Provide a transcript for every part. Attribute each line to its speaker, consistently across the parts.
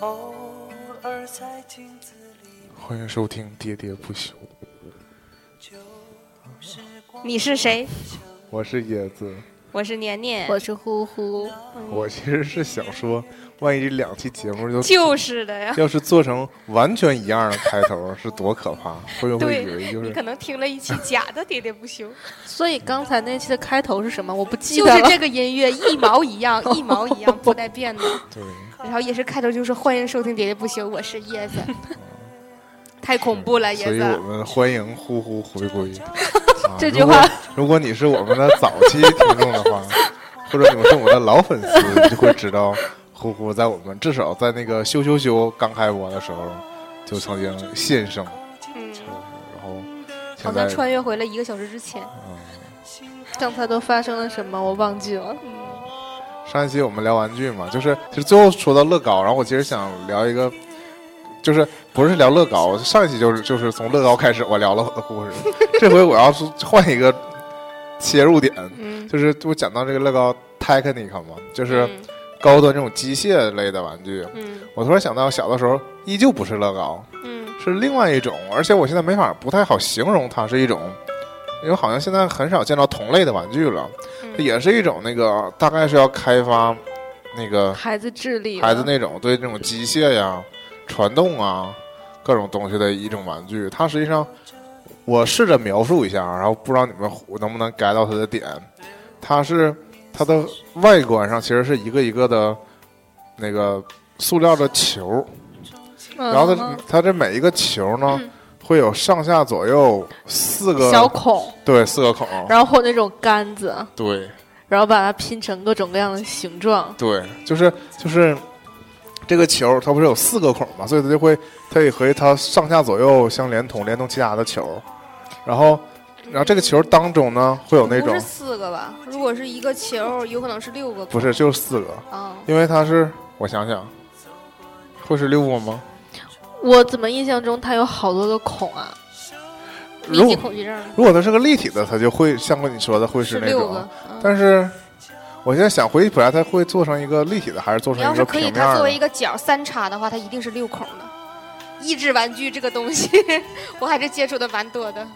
Speaker 1: 偶尔在镜子里
Speaker 2: 欢迎收听《喋喋不休》，
Speaker 1: 就是光
Speaker 3: 你是谁？
Speaker 2: 我是椰子。
Speaker 3: 我是年年，
Speaker 4: 我是呼呼，
Speaker 3: 嗯
Speaker 2: 我其实是想说，万一这两期节目就
Speaker 3: 就是的呀。
Speaker 2: 要是做成完全一样的开头，是多可怕！会不会以为
Speaker 3: 对，
Speaker 2: 就
Speaker 3: 你可
Speaker 2: 是
Speaker 3: 能听了 一期假的喋喋不休，
Speaker 4: 所以刚才那期的开头是什么？我不记
Speaker 3: 就
Speaker 4: 得了。
Speaker 3: 是这个音乐一毛一样，一毛一 样，不带变的。
Speaker 2: 对？
Speaker 3: 然后也是开头就是欢迎收听喋喋不休，我是椰 子。太恐怖了，
Speaker 2: 所
Speaker 3: 椰
Speaker 2: 以我
Speaker 3: 子。
Speaker 2: 们欢迎呼呼回归。啊
Speaker 4: 这句话
Speaker 2: 如果，如果你是我们的早期听众的话，或者你们是我们的老粉丝，你就会知道呼呼在我们至少在那个羞羞羞刚开播的时候就曾经现身，
Speaker 3: 嗯，
Speaker 2: 然后
Speaker 4: 好
Speaker 2: 现在
Speaker 4: 像穿越回了一个小时之前，
Speaker 2: 嗯
Speaker 4: 刚才都发生了什么？我忘记了。
Speaker 2: 上一期我们聊玩具嘛，就是其实最后说到乐高，然后我其实想聊一个，就是不是聊乐高，上一期就是就是从乐高开始我聊了我的故事，这回我要是换一个切入点，
Speaker 4: 嗯，
Speaker 2: 就是我讲到这个乐高 Technic 嘛，就是
Speaker 3: 嗯
Speaker 2: 高端这种机械类的玩具，
Speaker 3: 嗯
Speaker 2: 我突然想到小的时候依旧不是乐高，
Speaker 3: 嗯
Speaker 2: 是另外一种，而且我现在没法不太好形容它是一种，因为好像现在很少见到同类的玩具了，
Speaker 3: 嗯
Speaker 2: 也是一种那个大概是要开发那个
Speaker 4: 孩子智力，
Speaker 2: 孩子那种对那种机械呀、传动啊各种东西的一种玩具。它实际上，我试着描述一下，然后不知道你们能不能 get 到它的点。它是它的外观上其实是一个一个的那个塑料的球，
Speaker 4: 嗯，
Speaker 2: 然后它它这每一个球呢。会有上下左右四个
Speaker 4: 小孔，
Speaker 2: 对四个孔，
Speaker 4: 然后或者那种杆子，
Speaker 2: 对
Speaker 4: 然后把它拼成各种各样的形状。
Speaker 2: 对，就是就是这个球，它不是有四个孔嘛，所以它就会，它也和它上下左右相连通，联通其他的球。然后，然后这个球当中呢，会有那
Speaker 3: 不
Speaker 2: 种
Speaker 3: 是四个吧？如果是一个球，有可能是六个。
Speaker 2: 不是就是四个，
Speaker 3: 啊，
Speaker 2: 因为它是我想想，会是六个吗？
Speaker 4: 我怎么印象中它有好多个孔啊？
Speaker 2: 如
Speaker 3: 密集
Speaker 2: 果
Speaker 3: 恐惧症
Speaker 2: 如果它是个立体的，它就会像你说的会是那
Speaker 3: 六
Speaker 2: 种。
Speaker 3: 个。嗯
Speaker 2: 但是我现在想回忆起来，它会做成一个立体的，还是做
Speaker 3: 你
Speaker 2: 成
Speaker 3: 要
Speaker 2: 一
Speaker 3: 是
Speaker 2: 个
Speaker 3: 可
Speaker 2: 平
Speaker 3: 以，
Speaker 2: 面
Speaker 3: 它
Speaker 2: 的
Speaker 3: 作为一？个角三叉的话，它一定是六孔的。益智玩具这个东西， 我还是接触的蛮多的。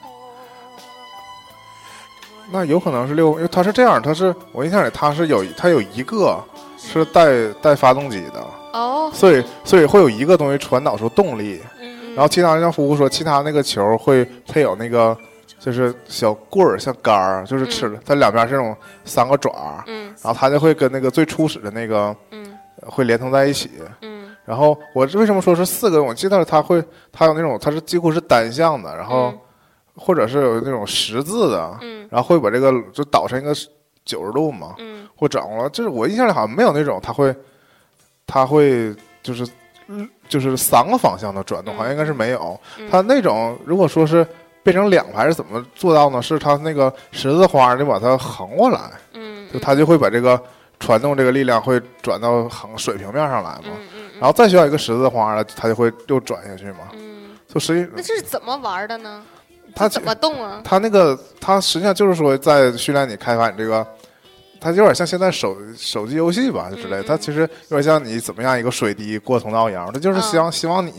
Speaker 2: 那有可能是六，因为它是这样，它是我印象里它是有它有一个是带带发动机的，
Speaker 3: 哦，
Speaker 2: 所以所以会有一个东西传导出动力，
Speaker 3: 嗯，
Speaker 2: 然后其他像服务说，其他那个球会配有那个就是小棍儿，像杆儿，就是吃了、它两边这种三个爪儿，
Speaker 3: 嗯
Speaker 2: 然后它就会跟那个最初始的那个
Speaker 3: 嗯
Speaker 2: 呃会连通在一起。
Speaker 3: 嗯
Speaker 2: 然后我为什么说是四个？我记得它会它有那种它是几乎是单向的，然后
Speaker 3: 嗯
Speaker 2: 或者是有那种十字的，
Speaker 3: 嗯
Speaker 2: 然后会把这个就倒成一个九十度嘛，
Speaker 3: 嗯
Speaker 2: 或转过来。就是我印象里好像没有那种它会，它会就是就是三个方向的转动，
Speaker 3: 嗯
Speaker 2: 好像应该是没有。
Speaker 3: 嗯
Speaker 2: 它那种如果说是变成两排是怎么做到呢？是它那个十字花就把它横过来，
Speaker 3: 嗯，
Speaker 2: 就它就会把这个传动这个力量会转到横水平面上来嘛。
Speaker 3: 嗯嗯
Speaker 2: 然后再需要一个十字花了，它就会又转下去嘛。
Speaker 3: 嗯，
Speaker 2: 就实
Speaker 3: 那
Speaker 2: 际
Speaker 3: 这是怎么玩的呢？
Speaker 2: 它
Speaker 3: 怎么动啊？
Speaker 2: 它那个它实际上就是说在训练你开发你这个，它有点像现在手手机游戏吧之类的，
Speaker 3: 嗯
Speaker 2: 它其实有点像你怎么样一个水滴过通道一样，它就是
Speaker 3: 嗯
Speaker 2: 希望、希望你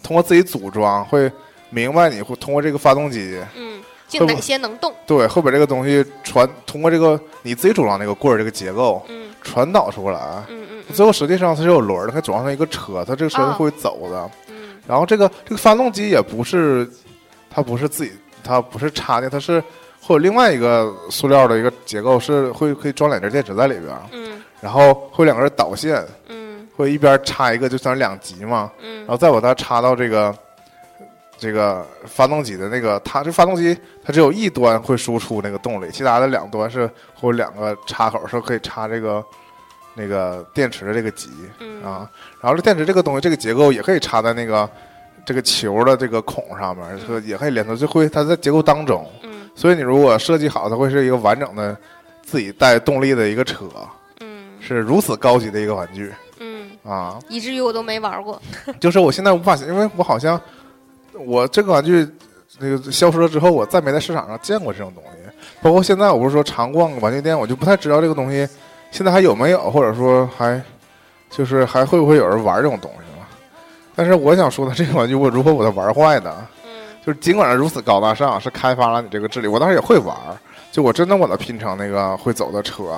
Speaker 2: 通过自己组装会明白你会通过这个发动机，
Speaker 3: 嗯，就哪些能动？
Speaker 2: 对，会把这个东西传通过这个你自己组装这个棍儿这个结构
Speaker 3: 嗯
Speaker 2: 传导出来。
Speaker 3: 嗯嗯
Speaker 2: 最后实际上它是有轮儿的，它组装成一个车，它这个车是会走的。
Speaker 3: 嗯
Speaker 2: 然后这个这个发动机也不是，它不是自己，它不是插的，它是会有另外一个塑料的一个结构，是会可以装两节电池在里边儿，
Speaker 3: 嗯
Speaker 2: 然后会有两根导线，
Speaker 3: 嗯
Speaker 2: 会一边插一个，就算两极嘛，然
Speaker 3: 嗯
Speaker 2: 后再把它插到这个这个发动机的那个，它这发动机它只有一端会输出那个动力，其他的两端是会有两个插口是可以插这个那个电池的这个极。
Speaker 3: 嗯
Speaker 2: 啊，然后这电池这个东西，这个结构也可以插在那个这个球的这个孔上面，是也可以连通，就会它在结构当中。
Speaker 3: 嗯
Speaker 2: 所以你如果设计好，它会是一个完整的自己带动力的一个车，
Speaker 3: 嗯
Speaker 2: 是如此高级的一个玩具
Speaker 3: 嗯，
Speaker 2: 啊！
Speaker 3: 以至于我都没玩过。
Speaker 2: 就是我现在无法想，因为我好像我这个玩具那个消失了之后，我再没在市场上见过这种东西。包括现在，我不是说常逛玩具店，我就不太知道这个东西现在还有没有，或者说还就是还会不会有人玩这种东西了。但是我想说的，这个玩具我如何把它玩坏呢？
Speaker 3: 嗯
Speaker 2: 就是尽管如此高大上，是开发了你这个智力，我当时也会玩儿，就我真能把它拼成那个会走的车，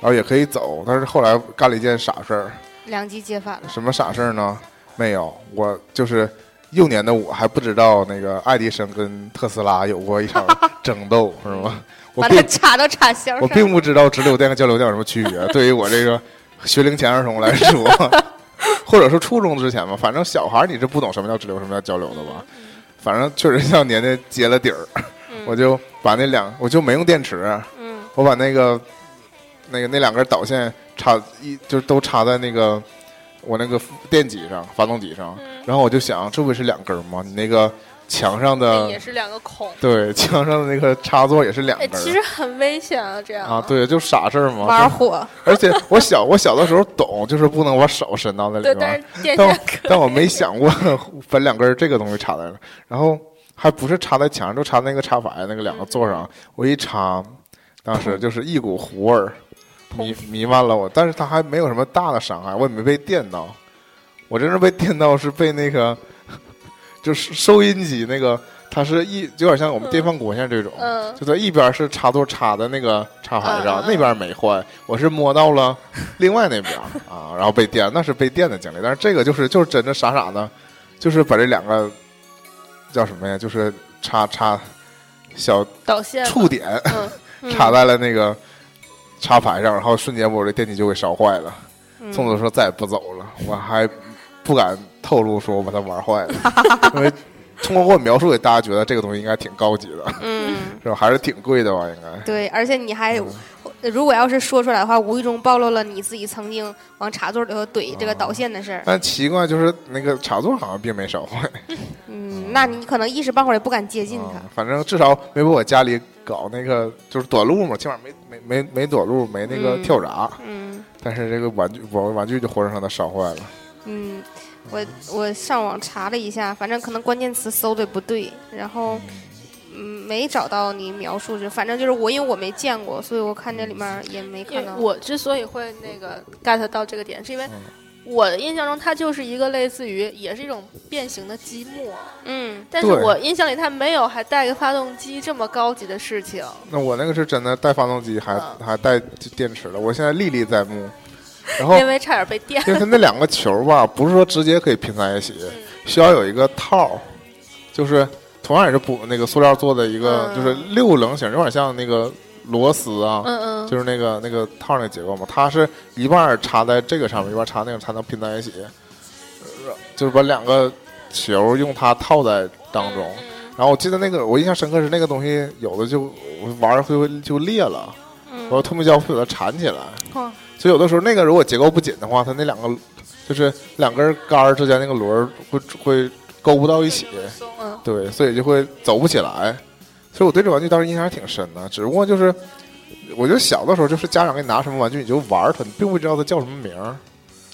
Speaker 2: 然后也可以走。但是后来干了一件傻事儿，
Speaker 3: 两极皆反了。
Speaker 2: 什么傻事儿呢？没有，我就是幼年的我还不知道那个爱迪生跟特斯拉有过一场 争斗，是吗？我
Speaker 3: 把它
Speaker 2: 并
Speaker 3: 插到插销
Speaker 2: 我
Speaker 3: 上，
Speaker 2: 并不知道直流电和交流电有什么区 别，对于我这个学龄前儿童来说，或者说初中之前吧，反正小孩儿你是不懂什么叫直流，什么叫交流的
Speaker 4: 嗯
Speaker 2: 吧。嗯反正确实像年年接了底儿，我就把那两我就没用电池，
Speaker 3: 嗯
Speaker 2: 我把那个那个那两根导线插一就都插在那个我那个电机上发动机上，
Speaker 4: 嗯
Speaker 2: 然后我就想这不是两根儿吗？你那个墙上的
Speaker 4: 也是两个孔。
Speaker 2: 对墙上的那个插座也是两
Speaker 4: 哎，
Speaker 2: 根
Speaker 4: 其
Speaker 2: 儿
Speaker 4: 实很危险啊，这样
Speaker 2: 啊，，对，就傻事儿嘛，
Speaker 4: 玩火。
Speaker 2: 而且我小我小的时候懂，就是不能把手伸到那里
Speaker 4: 对，
Speaker 2: 边
Speaker 4: 但
Speaker 2: 儿，
Speaker 4: 是电
Speaker 2: 但我
Speaker 4: 线可
Speaker 2: 但我没想过把两根儿这个东西插在那儿，然后还不是插在墙上，就插那个插排那个两个座
Speaker 4: 嗯
Speaker 2: 上，我一插，当时就是一股糊味儿弥弥漫了我，但是它还没有什么大的伤害，我也没被电到，我真是被电到是被那个 就是收音机那个。它是一就有点像我们电饭锅现在这种，
Speaker 4: 嗯
Speaker 2: 就在一边是插座插在那个插排上，
Speaker 4: 嗯嗯嗯
Speaker 2: 那边没坏，我是摸到了另外那边儿啊，然后被电，那是被电的经历。但是这个就是就是真的傻傻的，就是把这两个叫什么呀？就是插插小
Speaker 4: 导线吧
Speaker 2: 触点
Speaker 4: 嗯
Speaker 2: 插在了那个插排上，然后瞬间我这电机就给烧坏了。
Speaker 4: 嗯
Speaker 2: 宋子说再也不走了，我还不敢透露说我把它玩坏了，因为通过我描述给大家觉得这个东西应该挺高级的，
Speaker 3: 嗯，
Speaker 2: 是吧？还是挺贵的吧？应该。
Speaker 3: 对，而且你还。如果要是说出来的话，无意中暴露了你自己曾经往插座里头怼这个导线的事儿。
Speaker 2: 但奇怪就是那个插座好像并没烧坏，哦
Speaker 3: 嗯，那你可能一时半会儿也不敢接近它
Speaker 2: 嗯。反正至少没把我家里搞那个就是短路嘛，起码没没没没短路，没那个
Speaker 3: 嗯
Speaker 2: 跳闸。
Speaker 3: 嗯
Speaker 2: 但是这个玩具我玩具就活生生的烧坏了。
Speaker 3: 嗯，我我上网查了一下，反正可能关键词搜的不对，然后嗯没找到你描述这，反正就是我因为我没见过，所以我看这里面也没
Speaker 4: 因
Speaker 3: 看
Speaker 4: 为
Speaker 3: 到。
Speaker 4: 我之所以会那个 get 到这个点，
Speaker 2: 嗯
Speaker 4: 是因为我的印象中它就是一个类似于也是一种变形的积木，啊
Speaker 3: 嗯
Speaker 4: 但是
Speaker 2: 对
Speaker 4: 我印象里它没有还带个发动机这么高级的事情。
Speaker 2: 那我那个是真的带发动机还、
Speaker 4: 嗯
Speaker 2: 还带电池的，我现在历历在 目。然后
Speaker 4: 因为差点被电。
Speaker 2: 因为它那两个球吧，不是说直接可以拼在一起，
Speaker 4: 嗯
Speaker 2: 需要有一个套儿，就是同样也是补那个塑料做的一个，
Speaker 4: 嗯
Speaker 2: 就是六棱形，有点像那个螺丝啊，
Speaker 4: 嗯嗯，
Speaker 2: 就是那个那个套儿那结构嘛，它是一半儿插在这个上面，一半儿插那个才能拼在一起，呃就是把两个球用它套在当中。
Speaker 3: 嗯
Speaker 2: 然后我记得那个，我印象深刻是那个东西，有的就我玩儿会就裂了，
Speaker 3: 嗯
Speaker 2: 我透明胶会把它缠起来。
Speaker 3: 哦
Speaker 2: 所以有的时候那个如果结构不紧的话，它那两个就是两根杆儿之间那个轮儿会会勾不到一起，
Speaker 4: 嗯
Speaker 2: 对，所以就会走不起来。所以我对这玩具当时印象还挺深的，只不过就是，我觉得小的时候就是家长给你拿什么玩具你就玩儿它，你并不知道它叫什么名儿，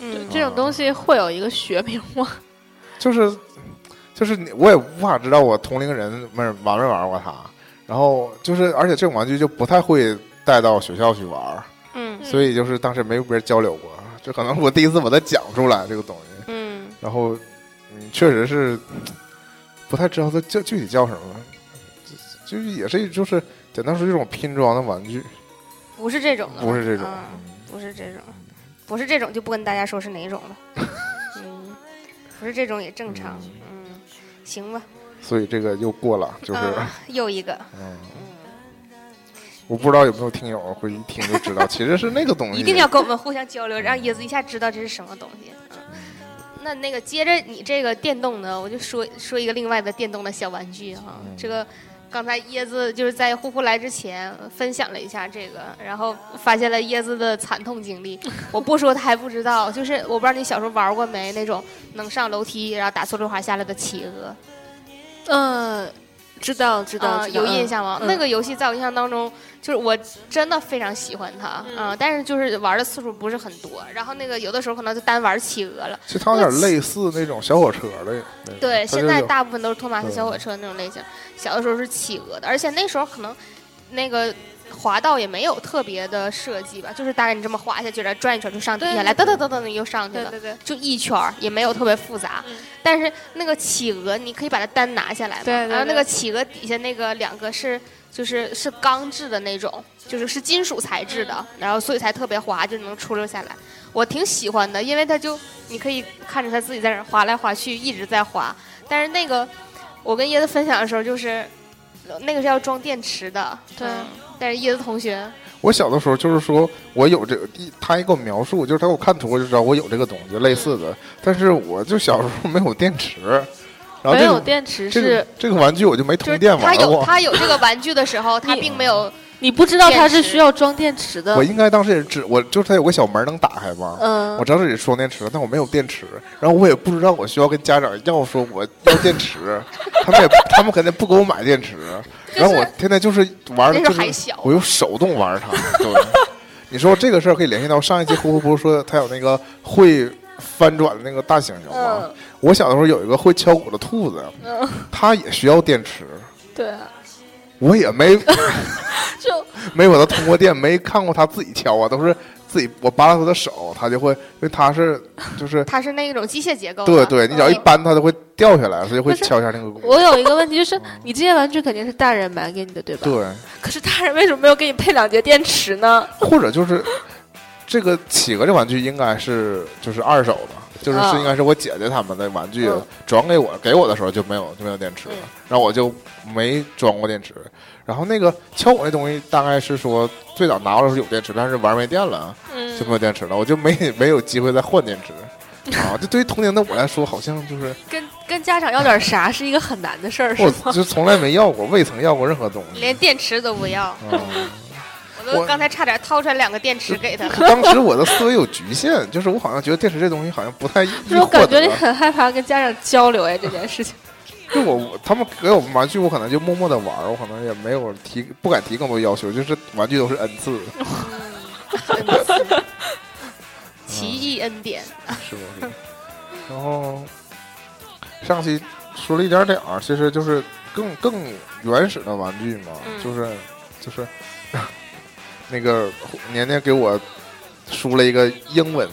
Speaker 3: 嗯
Speaker 4: 这种东西会有一个学名吗？
Speaker 2: 就是就是你我也无法知道我同龄人们玩没玩过它。然后就是，而且这种玩具就不太会带到学校去玩儿，
Speaker 3: 嗯
Speaker 2: 所以就是当时没有别人交流过，这可能我第一次把它讲出来这个东西。
Speaker 3: 嗯
Speaker 2: 然后，嗯，确实是不太知道它叫具体叫什么，就就也是一就是简单说这种拼装的玩具，
Speaker 3: 不是这种的，
Speaker 2: 不是这种。
Speaker 3: 啊
Speaker 2: 嗯
Speaker 3: 不是这种，不是这种就不跟大家说是哪种 了。嗯，不是这种也正常。嗯，行吧。
Speaker 2: 所以这个又过了，就是、嗯
Speaker 3: 嗯，又一个，
Speaker 2: 我不知道有没有听友会一听就知道，其实是那个东西。
Speaker 3: 一定要跟我们互相交流，让椰子一下知道这是什么东西。嗯，那那个接着你这个电动的，我就说说一个另外的电动的小玩具哈、这个刚才椰子就是在呼呼来之前分享了一下这个，然后发现了椰子的惨痛经历。我不说他还不知道，就是我不知道你小时候玩过没那种能上楼梯然后打错溜滑下来的企鹅，
Speaker 4: 嗯，知道知
Speaker 3: 啊、
Speaker 4: 道，
Speaker 3: 有印象吗？
Speaker 4: 嗯
Speaker 3: 那个游戏在我印象当中，就是我真的非常喜欢它啊、
Speaker 4: 嗯
Speaker 3: 但是就是玩的次数不是很多，然后那个有的时候可能就单玩企鹅了。
Speaker 2: 其实它有点类似那种小火车的那种。
Speaker 3: 对，
Speaker 2: 它就
Speaker 3: 现在
Speaker 2: 有
Speaker 3: 大部分都是托马斯小火车那种类型，小的时候是企鹅的，而且那时候可能那个滑道也没有特别的设计吧，就是大概你这么滑下去，然后转一圈就上去
Speaker 4: 对
Speaker 3: 下来，噔噔噔噔你又上去
Speaker 4: 对
Speaker 3: 了，
Speaker 4: 对对
Speaker 3: 就一圈儿也没有特别复杂。
Speaker 4: 嗯
Speaker 3: 但是那个企鹅，你可以把它单拿下来嘛，
Speaker 4: 对对对
Speaker 3: 然后那个企鹅底下那个两个是就是是钢制的那种，就是是金属材质的，
Speaker 4: 嗯
Speaker 3: 然后所以才特别滑，就能出溜下来。我挺喜欢的，因为它就你可以看着它自己在那儿滑来滑去，一直在滑。但是那个我跟椰子分享的时候，就是那个是要装电池的，
Speaker 4: 对
Speaker 3: 嗯但是椰子同学，
Speaker 2: 我小的时候就是说我有这个，一他一给我描述，就是他给我看图，我就知道我有这个东西类似
Speaker 3: 嗯
Speaker 2: 的，但是我就小时候没有电池，然后
Speaker 4: 没
Speaker 2: 这
Speaker 4: 有
Speaker 2: 个
Speaker 4: 电池
Speaker 2: 这
Speaker 4: 是
Speaker 2: 个这个玩具我就没
Speaker 3: 就
Speaker 2: 通
Speaker 3: 是
Speaker 2: 电啊
Speaker 3: 他
Speaker 2: 玩
Speaker 3: 有
Speaker 2: 过，
Speaker 3: 他有这个玩具的时候，他
Speaker 4: 你
Speaker 3: 并没有
Speaker 4: 你不知道它是
Speaker 3: 电池
Speaker 4: 需要装电池的
Speaker 2: 我。应该当时也是只我就是它有个小门能打开吧。
Speaker 4: 嗯
Speaker 2: 我，知道这里是装电池，但我没有电池，然后我也不知道我需要跟家长要说我要电 池，他们也他们肯定不给我买电池，然后我天天就是玩，
Speaker 3: 那时
Speaker 2: 就
Speaker 3: 候
Speaker 2: 是
Speaker 3: 还小
Speaker 2: 我用手动玩它。对， 你说这个事儿可以联系到上一期呼呼不是说他有那个会翻转的那个大猩猩吗？
Speaker 4: 嗯
Speaker 2: 啊我小的时候有一个会敲鼓的兔子，
Speaker 4: 嗯，
Speaker 2: 它也需要电池，
Speaker 4: 对啊，
Speaker 2: 我也没
Speaker 4: 就
Speaker 2: 没把它通过电，没看过它自己敲啊，都是自己我扒拉它的手，它就会，因为它是就是
Speaker 3: 它是那种机械结构
Speaker 2: 对
Speaker 3: 的。
Speaker 2: 对，你只要一
Speaker 3: 嗯
Speaker 2: 扳它就会掉下来，所以会
Speaker 4: 不是
Speaker 2: 敲一下那个鼓。
Speaker 4: 我有一个问题，就是你这些玩具肯定是大人买给你的，对吧？。
Speaker 2: 嗯对，
Speaker 4: 可是大人为什么没有给你配两节电池呢？
Speaker 2: 或者就是这个企鹅这玩具应该是就是二手的，就是是
Speaker 4: 啊
Speaker 2: 应该是我姐姐他们的玩具
Speaker 4: 嗯
Speaker 2: 转给我给我的时候就没有就没有电池了
Speaker 4: 嗯，
Speaker 2: 然后我就没装过电池。然后那个敲鼓那东西大概是说最早拿过来的时候有电池，但是玩没电了
Speaker 4: 嗯
Speaker 2: 就没有电池了，我就没 没有机会再换电池。啊，这对于童年的我来说，好像就是
Speaker 4: 跟跟家长要点啥是一个很难的事 儿，是
Speaker 2: 我
Speaker 4: 吗？
Speaker 2: 就从来没要过，未曾要过任何东西。
Speaker 3: 连电池都不要，
Speaker 2: 嗯
Speaker 3: 我都
Speaker 2: 我
Speaker 3: 刚才差点掏出来两个电池给他了。
Speaker 2: 当时我的思维有局限，就是我好像觉得电池这东西好像不太易
Speaker 4: 就是 我
Speaker 2: 获
Speaker 4: 感
Speaker 2: 得。
Speaker 4: 觉你很害怕跟家长 交流哎，这件事情。
Speaker 2: 就我我他们给我玩具，我可能就默默的玩儿，我可能也没有提不敢提更多要求，就是玩具都是 n 次，
Speaker 3: 奇异恩典，
Speaker 2: 是不是？然后上期说了一点点儿，其实就是更更原始的玩具嘛，
Speaker 3: 嗯
Speaker 2: 就是就是 那个年年给我输了一个英文，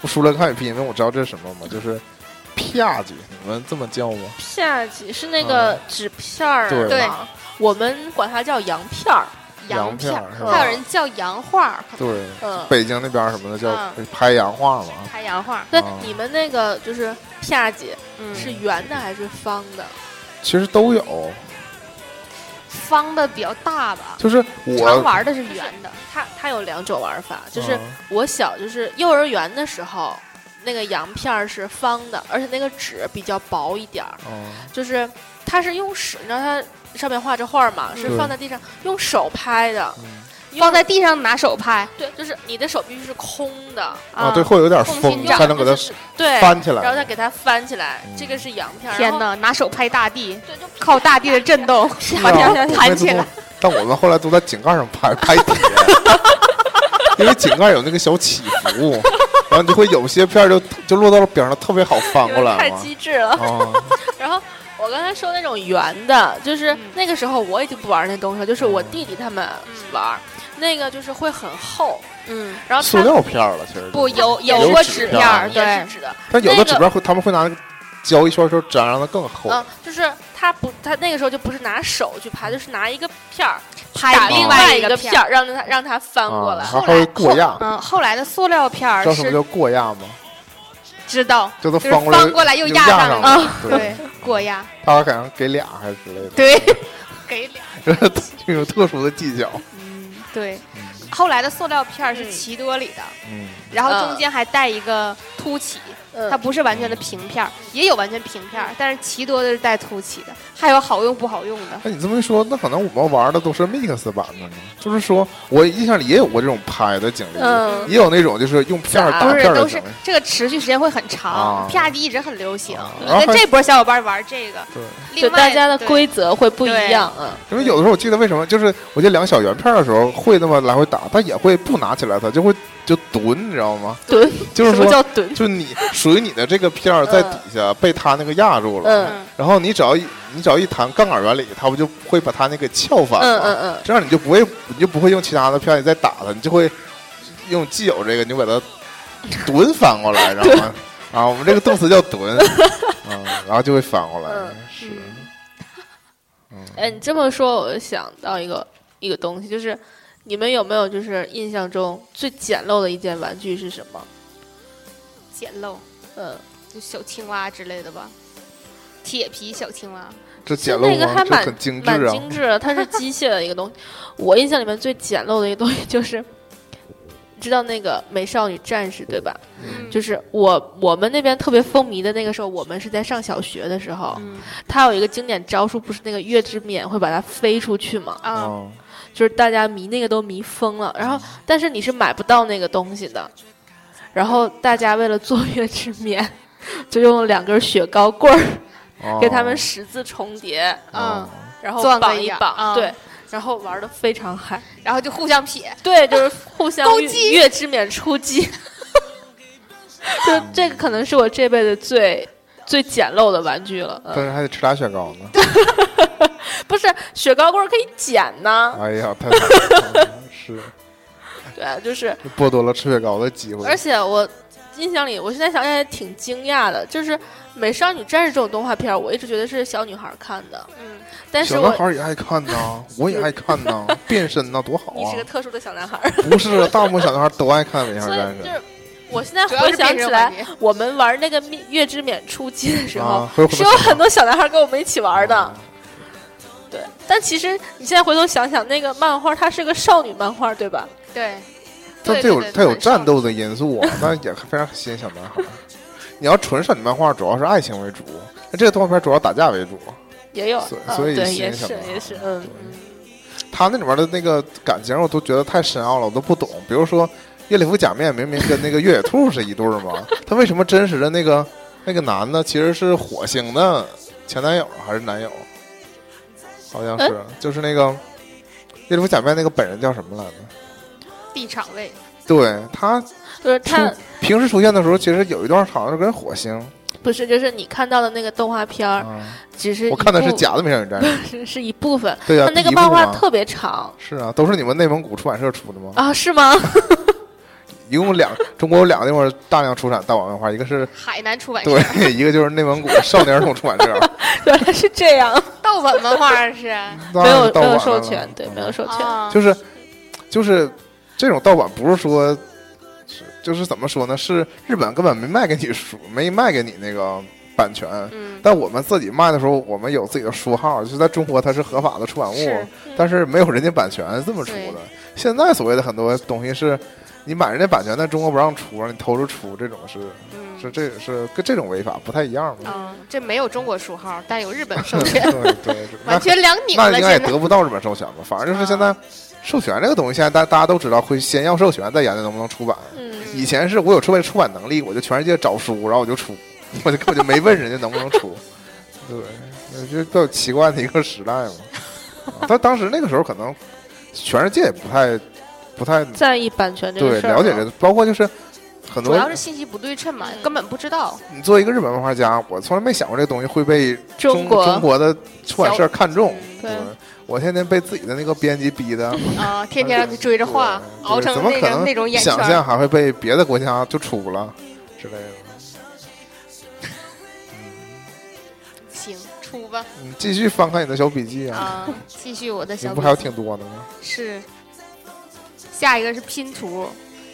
Speaker 2: 我输了个汉语拼音，因为我知道这是什么嘛，就是啪叽，你们这么叫吗？
Speaker 4: 下集是那
Speaker 2: 个
Speaker 4: 纸片儿
Speaker 2: 嗯对
Speaker 3: 对
Speaker 4: 吗我们管它叫洋片儿。
Speaker 2: 洋片
Speaker 3: 片
Speaker 2: 儿
Speaker 3: 儿，
Speaker 2: 是
Speaker 4: 吧
Speaker 3: 还有人叫洋画儿，
Speaker 2: 对，
Speaker 4: 嗯，
Speaker 2: 北京那边儿什么的叫
Speaker 3: 嗯
Speaker 2: 拍洋画嘛，
Speaker 3: 拍洋画儿，
Speaker 4: 对
Speaker 2: 哦，
Speaker 4: 你们那个就是啪叽
Speaker 3: 嗯，
Speaker 4: 是圆的还是方的？
Speaker 2: 其实都有，
Speaker 3: 方的比较大吧，
Speaker 2: 就是
Speaker 3: 常
Speaker 2: 我
Speaker 3: 玩的是圆的，
Speaker 4: 它它有两种玩法，就是
Speaker 2: 嗯
Speaker 4: 我小就是幼儿园的时候，那个洋片儿是方的，而且那个纸比较薄一点儿，
Speaker 2: 嗯
Speaker 4: 就是它是用手，你知道它上面画着画儿嘛，是
Speaker 2: 对
Speaker 4: 放在地上用手拍的，
Speaker 2: 嗯
Speaker 3: 放在地上拿手拍
Speaker 4: 对，就是你的手必须是空的，
Speaker 2: 啊，对，会有点风
Speaker 3: 空心掌
Speaker 2: 才能给它
Speaker 4: 就是对
Speaker 2: 翻起
Speaker 4: 然后再
Speaker 2: 来。
Speaker 4: 给它翻起来，
Speaker 2: 嗯
Speaker 4: 这个是洋片儿。
Speaker 3: 啊天
Speaker 4: 然后，
Speaker 3: 哪，拿手拍大地，
Speaker 4: 对，就
Speaker 3: 靠大地的震 动把
Speaker 2: 啊
Speaker 3: 它弹起。
Speaker 2: 我
Speaker 3: 来
Speaker 2: 没。做但我们后来都在井盖上 拍拍碟，因为井盖有那个小起伏，然后你就会有些片儿就就落到了边上，特别好翻
Speaker 4: 你
Speaker 2: 过
Speaker 4: 们
Speaker 2: 来
Speaker 4: 太
Speaker 2: 嘛。
Speaker 4: 机智了。
Speaker 2: 啊，
Speaker 4: 然后我刚才说那种圆的，就是
Speaker 3: 嗯
Speaker 4: 那个时候我已经不玩那东西了，就是我
Speaker 2: 嗯
Speaker 4: 弟弟他们玩儿，那个就是会很厚，
Speaker 3: 嗯，
Speaker 4: 然后
Speaker 2: 塑
Speaker 4: 它
Speaker 2: 料片儿了，其实
Speaker 3: 不
Speaker 2: 就是
Speaker 3: 有
Speaker 2: 有
Speaker 3: 过
Speaker 2: 纸
Speaker 3: 纸
Speaker 2: 片
Speaker 3: 片
Speaker 2: 儿
Speaker 3: 儿，
Speaker 4: 也
Speaker 3: 对
Speaker 4: 是，纸的，
Speaker 2: 但有
Speaker 4: 那
Speaker 2: 的
Speaker 4: 个
Speaker 2: 纸片儿会，他们会拿那个胶一圈儿一圈儿粘，让它更厚。
Speaker 4: 嗯，就是他不，他那个时候就不是拿手去拍，就是拿一个片儿打
Speaker 3: 拍
Speaker 4: 另
Speaker 3: 外
Speaker 4: 一个
Speaker 3: 片
Speaker 4: 片
Speaker 3: 儿。
Speaker 4: 儿，让他让他翻过来
Speaker 2: 啊。还会过压，
Speaker 3: 嗯，后来的塑料片儿
Speaker 2: 知道什么
Speaker 3: 是
Speaker 2: 叫过压吗？
Speaker 3: 知道，
Speaker 2: 就都
Speaker 3: 就是
Speaker 2: 翻过来，
Speaker 3: 翻过来又
Speaker 2: 又
Speaker 3: 压
Speaker 2: 上
Speaker 3: 上
Speaker 2: 了
Speaker 3: 了。嗯对，过压，
Speaker 2: 大家可能给俩还是之类的。
Speaker 3: 对， 给脸。
Speaker 2: 就是这种特殊的技巧。
Speaker 3: 嗯，对，后来的塑料片儿是奇多里的，
Speaker 2: 嗯，
Speaker 3: 然后中间还带一个凸起，
Speaker 4: 嗯
Speaker 3: 它不是完全的平片儿，也有完全平片儿，但是奇多的是带凸起的，还有好用不好用的。
Speaker 2: 那你这么一说，那可能我们玩的都是 mix 版的呢。就是说我印象里也有过这种拍的经历，
Speaker 4: 嗯
Speaker 2: 也有那种就是用片儿
Speaker 4: 咋
Speaker 2: 打
Speaker 3: 不是
Speaker 2: 片，儿的
Speaker 3: 都
Speaker 2: 经
Speaker 3: 是
Speaker 2: 历。
Speaker 3: 这个持续时间会很
Speaker 2: 啊
Speaker 3: 长，啪叽一直很流行
Speaker 2: 啊。
Speaker 3: 你
Speaker 2: 然后
Speaker 3: 跟
Speaker 2: 还
Speaker 3: 这波小伙伴玩这个，
Speaker 2: 对，
Speaker 4: 就
Speaker 3: 另外
Speaker 4: 大家的
Speaker 3: 对
Speaker 4: 规则会不一
Speaker 3: 对
Speaker 4: 样， 嗯，
Speaker 2: 因为有的时候我记得为什么就是我这两小圆片儿的时候会那么来回打，但也会不拿起来它，就会就蹲，你知道吗？
Speaker 4: 蹲，
Speaker 2: 就是
Speaker 4: 什么
Speaker 2: 说，
Speaker 4: 叫蹲？
Speaker 2: 就你属于你的这个片儿在
Speaker 4: 嗯
Speaker 2: 底下被他那个压住了，
Speaker 4: 嗯
Speaker 3: 嗯，
Speaker 2: 然后你只要一你只要一弹杠杆原理，它不就会把它那个撬反
Speaker 4: 嗯
Speaker 2: 吗？
Speaker 4: 嗯嗯，
Speaker 2: 这样你就不会，你就不会用其他的票，你再打它，你就会用既有这个，你就把它蹲反过 来，然后啊，我们这个动词叫蹲，啊，然后就会反过来
Speaker 4: 嗯，
Speaker 2: 是，
Speaker 4: 哎，你这么说，我就想到一个一个东西，就是你们有没有就是印象中最简陋的一件玩具是什么？
Speaker 3: 简陋，
Speaker 4: 嗯，
Speaker 3: 就小青蛙之类的吧，铁皮小青蛙，
Speaker 2: 这简
Speaker 4: 那
Speaker 2: 陋
Speaker 4: 个
Speaker 2: 吗？
Speaker 4: 还
Speaker 2: 这
Speaker 4: 蛮
Speaker 2: 很精致
Speaker 4: 蛮
Speaker 2: 啊，
Speaker 4: 精致的，它是机械的一个东西。我印象里面最简陋的一个东西就是，知道那个美少女战士对吧？
Speaker 2: 嗯
Speaker 4: 就是我我们那边特别风靡的那个时候，我们是在上小学的时候，
Speaker 3: 嗯
Speaker 4: 它有一个经典招数，不是那个月之冕会把它飞出去吗？
Speaker 3: 啊，
Speaker 2: 啊，
Speaker 4: 就是大家迷那个都迷疯了，然后
Speaker 3: 嗯
Speaker 4: 但是你是买不到那个东西的，然后大家为了坐月之眠，就用了两根雪糕棍儿
Speaker 2: 啊
Speaker 4: 嗯给他们十字重叠，
Speaker 3: 嗯
Speaker 2: 啊
Speaker 4: 然后
Speaker 3: 撞个
Speaker 4: 绑一
Speaker 3: 眼儿
Speaker 4: 绑，
Speaker 3: 啊
Speaker 4: 对，然后玩的非常嗨，
Speaker 3: 然后就互相撇，
Speaker 4: 对，就是互相
Speaker 3: 勾
Speaker 4: 月
Speaker 3: 击
Speaker 4: 月之冕出击， 就这个可能是我这辈子最。最简陋的玩具了，
Speaker 2: 但
Speaker 4: 嗯、
Speaker 2: 是还得吃俩雪糕呢，
Speaker 4: 不是雪糕棍儿可以捡呢，
Speaker 2: 哎呀，太惨了嗯是
Speaker 4: 对，啊就是
Speaker 2: 剥夺了吃雪糕的机会
Speaker 4: 而，且我印象里，我现在想起来挺惊讶的，就是《美少女战士》这种动画片儿，我一直觉得是小女孩儿看的，
Speaker 3: 嗯，
Speaker 4: 但是
Speaker 2: 小男
Speaker 4: 我
Speaker 2: 孩儿也爱看 呐，我也爱看呐，变身呐，多好
Speaker 4: 你是个
Speaker 2: 啊！
Speaker 4: 特殊的小男孩儿，
Speaker 2: 不是，大部分小男孩儿都爱看《美少
Speaker 4: 所
Speaker 2: 女战
Speaker 4: 以
Speaker 2: 士
Speaker 4: 就》是我现在
Speaker 3: 主要
Speaker 4: 回
Speaker 3: 是
Speaker 4: 想
Speaker 3: 变
Speaker 4: 起
Speaker 3: 身
Speaker 4: 来
Speaker 3: 环，节，
Speaker 4: 我们玩那个蜜月之冕出击的时候
Speaker 2: 啊，，会啊
Speaker 4: 是有很多小男孩儿跟我们一起玩的。对，但其实你现在回头想想，那个漫画它是个少女漫画，对吧？
Speaker 3: 对，
Speaker 2: 但
Speaker 3: 对
Speaker 2: 这有
Speaker 3: 对对
Speaker 2: 它有
Speaker 3: 很少
Speaker 2: 战斗的因 素啊，但也非常吸引小男孩儿。你要纯少女漫画，主要是爱情为主；那这个动画片主要打架为主。
Speaker 4: 也有，
Speaker 2: 所以
Speaker 4: 嗯
Speaker 2: 所以
Speaker 4: 对，
Speaker 2: 吸引
Speaker 4: 也
Speaker 2: 小
Speaker 4: 是
Speaker 2: 男孩儿
Speaker 4: 也是，嗯，
Speaker 2: 他那里面的那个感情，我都觉得太深奥了，我都不懂。比如说，夜里服假面明明跟那个越野兔是一对儿嘛，他为什么真实的那个那个男的其实是火星的前男友还是男友？好像是，
Speaker 3: 嗯
Speaker 2: 就是那个夜里服假面那个本人叫什么来着？
Speaker 3: 地场位，
Speaker 2: 对嗯他
Speaker 4: 就是它
Speaker 2: 出平时出现的时候，其实有一段好像是跟火星。
Speaker 4: 不是，就是你看到的那个动画片儿，
Speaker 2: 啊
Speaker 4: 只是
Speaker 2: 我
Speaker 4: 一
Speaker 2: 看的是
Speaker 4: 部
Speaker 2: 假的《美少女战 士》，
Speaker 4: 是是啊一部分，
Speaker 2: 对呀、啊
Speaker 4: 它
Speaker 2: 第
Speaker 4: 那个
Speaker 2: 一
Speaker 4: 漫
Speaker 2: 部
Speaker 4: 画
Speaker 2: 嘛
Speaker 4: 特别长
Speaker 2: 是啊，都是你们内蒙古出版社出的 吗？
Speaker 4: 啊，是吗？
Speaker 2: 一共两，中国有两个地方大量出产盗版漫画，一个是
Speaker 3: 海南出
Speaker 4: 哎
Speaker 3: 版社
Speaker 2: 对，一个就是内蒙古少年儿童出版 社，
Speaker 4: 原来是这样，
Speaker 3: 盗版漫画 是
Speaker 2: 当
Speaker 4: 没
Speaker 2: 然
Speaker 4: 有
Speaker 2: 是盗版
Speaker 4: 没有
Speaker 2: 了嗯
Speaker 4: 授权，对，没有授权，
Speaker 3: 啊，
Speaker 2: 就是就是这种盗版，不是说是就是怎么说呢？是日本根本没卖给你书，没卖给你那个版权。
Speaker 3: 嗯，
Speaker 2: 但我们自己卖的时候，我们有自己的书号，就在中国它是合法的出版物，
Speaker 3: 是
Speaker 2: 但是没有人家版权这么出
Speaker 3: 对
Speaker 2: 的。现在所谓的很多东西是，你买人家版权，但中国不让出，让你偷着出，这种是
Speaker 3: 嗯
Speaker 2: 是这是跟这种违法不太一样的。
Speaker 3: 啊，这没有中国书号，但有日本 授
Speaker 2: 对
Speaker 3: 权，
Speaker 2: 对对，那
Speaker 3: 完全两拧
Speaker 2: 那
Speaker 3: 了，
Speaker 2: 应该也
Speaker 3: 现在
Speaker 2: 得不到日本授权吧？反正就是现在授权这个东西，现在大大家都知道会先要授权，再研究能不能出版。
Speaker 4: 嗯，
Speaker 2: 以前是我有出版出版能力，我就全世界找书，然后我就出，我就根本就没问人家能不能出。对，我觉得比较奇怪的一个时代嘛。啊但当时那个时候可能全世界也不太不太
Speaker 4: 在意版权这个
Speaker 2: 对
Speaker 4: 事儿，
Speaker 2: 了解这，个，包括就是很
Speaker 3: 主
Speaker 2: 多
Speaker 3: 要是信息不对称嘛，根本不 知道，
Speaker 2: 你作为一个日本漫画家，我从来没想过这东西会被
Speaker 4: 中国
Speaker 2: 中国的出版社看中。
Speaker 4: 对
Speaker 2: 对我天天被自己的那个编辑逼的，
Speaker 3: 啊，天天让你追着画，
Speaker 2: 对
Speaker 3: 熬成
Speaker 2: 怎么
Speaker 3: 那
Speaker 2: 可
Speaker 3: 种
Speaker 2: 能
Speaker 3: 那种眼圈
Speaker 2: 想
Speaker 3: 儿
Speaker 2: 象，还会被别的国家就出了之类的。
Speaker 3: 行，出吧
Speaker 2: 你嗯继续翻看你的小笔记啊，
Speaker 3: 啊，继续我的
Speaker 2: 你
Speaker 3: 小
Speaker 2: 不
Speaker 3: 笔
Speaker 2: 还有
Speaker 3: 记
Speaker 2: 挺多的吗？
Speaker 3: 是，下一个是拼图，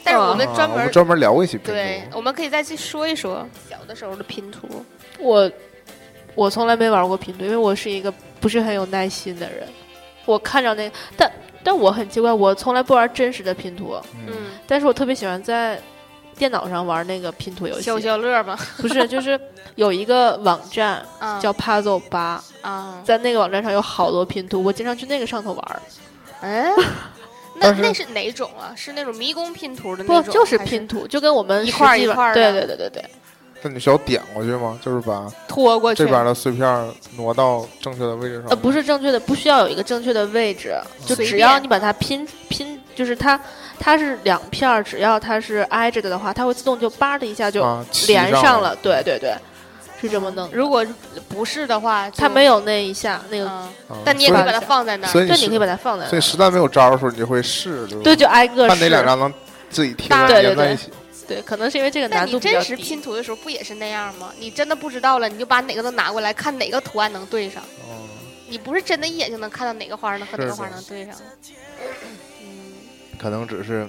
Speaker 3: 但是我们
Speaker 2: 啊
Speaker 3: 专
Speaker 2: 我
Speaker 3: 门
Speaker 2: 专门聊过一起拼
Speaker 3: 对，
Speaker 2: 图，
Speaker 3: 我们可以再去说一说小的时候的拼图。
Speaker 4: 我我从来没玩过拼图，因为我是一个不是很有耐心的人，我看着那，但但我很奇怪，我从来不玩真实的拼图，
Speaker 2: 嗯，
Speaker 3: 嗯，
Speaker 4: 但是我特别喜欢在。电脑上玩那个拼图游戏
Speaker 3: 消，消乐 嘛，
Speaker 4: 不是就是有一个网站
Speaker 3: 啊，
Speaker 4: 叫 Puzzle 八，
Speaker 3: 啊，
Speaker 4: 在那个网站上有好多拼图，我经常去那个上头玩儿。
Speaker 3: 哎，那
Speaker 2: 但是
Speaker 3: 那是哪种啊？是那种迷宫拼图的那
Speaker 4: 不
Speaker 3: 种？
Speaker 4: 就是
Speaker 3: 还
Speaker 4: 拼图，就跟我们
Speaker 3: 一块儿
Speaker 4: 实际
Speaker 3: 一
Speaker 4: 玩
Speaker 3: 块儿
Speaker 4: 对
Speaker 3: 的
Speaker 4: 对对对对，
Speaker 2: 那你需要点过去吗？就是把
Speaker 3: 拖过去
Speaker 2: 这边的碎片挪到
Speaker 4: 呃
Speaker 2: 正确的位置上。
Speaker 4: 呃，不是正确的，不需要有一个正确的位置，就
Speaker 3: 随
Speaker 4: 只要
Speaker 3: 便
Speaker 4: 你把它拼拼就是它它是两片儿，只要它是挨着的的话，它会自动就叭的一下就
Speaker 2: 啊，骑
Speaker 4: 连
Speaker 2: 上
Speaker 4: 了。对对对，是这么弄的。
Speaker 3: 如果不是的话，
Speaker 4: 它没
Speaker 3: 有，
Speaker 4: 有那一下那个，
Speaker 3: 嗯，
Speaker 2: 啊
Speaker 3: 但你也可以
Speaker 4: 所以
Speaker 3: 把它放在那
Speaker 2: 所
Speaker 3: 儿。
Speaker 2: 以
Speaker 4: 对，你
Speaker 2: 实
Speaker 4: 可以把它放在那
Speaker 2: 所以
Speaker 4: 儿。
Speaker 2: 实在没有招儿的时候，你就会试，对吧
Speaker 4: 对，就挨个
Speaker 2: 看哪
Speaker 4: 试。
Speaker 2: 两张能自己贴
Speaker 3: 搭
Speaker 2: 着粘
Speaker 4: 对对
Speaker 2: 在
Speaker 4: 对
Speaker 2: 一起。
Speaker 4: 对，可能是因为这个
Speaker 3: 那
Speaker 4: 难
Speaker 3: 你
Speaker 4: 度比较
Speaker 3: 真实
Speaker 4: 低。
Speaker 3: 拼图的时候不也是那样吗？你真的不知道了，你就把哪个都拿过来，看哪个图案能对上。
Speaker 2: 哦
Speaker 3: 你不是真的一眼就能看到哪个花能和哪
Speaker 2: 是
Speaker 3: 个花
Speaker 2: 的
Speaker 3: 能对上。
Speaker 2: 可能只是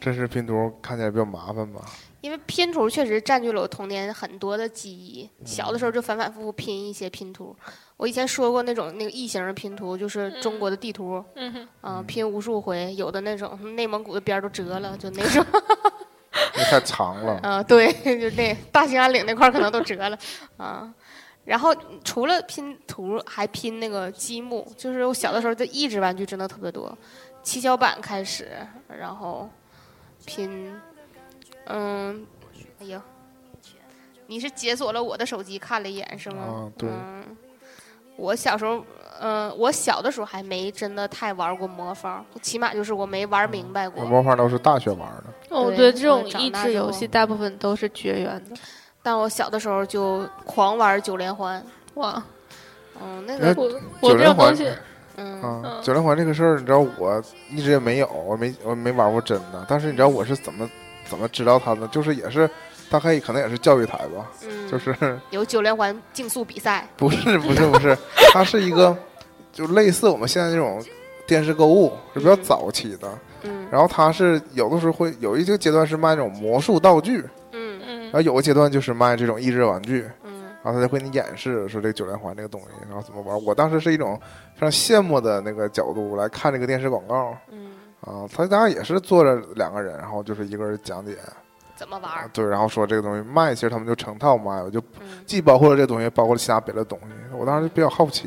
Speaker 2: 真实拼图看起来比较麻烦吧。
Speaker 3: 因为拼图确实占据了我童年很多的记忆，
Speaker 2: 嗯
Speaker 3: 小的时候就反反复复拼一些拼图。我以前说过那种那个异形的拼图，就是中国的地图，
Speaker 4: 嗯哼，
Speaker 3: 啊，拼无数回，有的那种内蒙古的边儿都折了，就那种，
Speaker 2: 因为太长了，
Speaker 3: 啊，对， 就那大兴安岭那块儿可能都折了，啊。然后除了拼图，还拼那个积木，就是我小的时候就益智玩具真的特别多，七巧板开始，然后拼，嗯，哎呀，你是解锁了我的手机看了一眼是吗？
Speaker 2: 啊对
Speaker 3: 嗯，我小时候，嗯、我小的时候还没真的太玩过魔方，起码就是我没玩明白过。
Speaker 2: 魔方都是大学玩的，
Speaker 4: 我
Speaker 3: 对
Speaker 4: 觉得哦这种
Speaker 3: 我长
Speaker 4: 益
Speaker 3: 大
Speaker 4: 智
Speaker 3: 之
Speaker 4: 游
Speaker 3: 后
Speaker 4: 戏大部分都是绝缘的。
Speaker 3: 但我小的时候就狂玩九连环，
Speaker 4: 哇，
Speaker 3: 嗯，那
Speaker 2: 哎
Speaker 3: 个，
Speaker 4: 我
Speaker 2: 九
Speaker 4: 我这
Speaker 2: 连
Speaker 4: 种
Speaker 2: 环
Speaker 4: 东西，
Speaker 3: 嗯，
Speaker 2: 啊
Speaker 4: 嗯，
Speaker 2: 九连环这个事儿，你知道我一直也没有，我没我没玩过真的。但是你知道我是怎么怎么知道它的？就是也是大概可能也是教育台吧，
Speaker 3: 嗯
Speaker 2: 就是
Speaker 3: 有九连环竞速比赛，
Speaker 2: 不是不是不 是，它是一个就类似我们现在这种电视购物，是比较早期的。
Speaker 3: 嗯
Speaker 2: 然后它是有的时候会有一个阶段是卖那种魔术道具，
Speaker 3: 嗯
Speaker 4: 嗯
Speaker 2: 然，后有个阶段就是卖这种益智玩具。
Speaker 3: 嗯
Speaker 2: 然后他就会给你演示说这个九连环这个东西，然后怎么玩。我当时是一种非常羡慕的那个角度来看这个电视广告
Speaker 3: 嗯，
Speaker 2: 啊，他当然也是坐着两个人，然后就是一个人讲解，
Speaker 3: 怎么玩
Speaker 2: 啊
Speaker 3: 儿？
Speaker 2: 对，然后说这个东西卖，其实他们就成套卖，我就
Speaker 3: 嗯，
Speaker 2: 既包括了这个东西，包括了其他别的东西。我当时就比较好奇，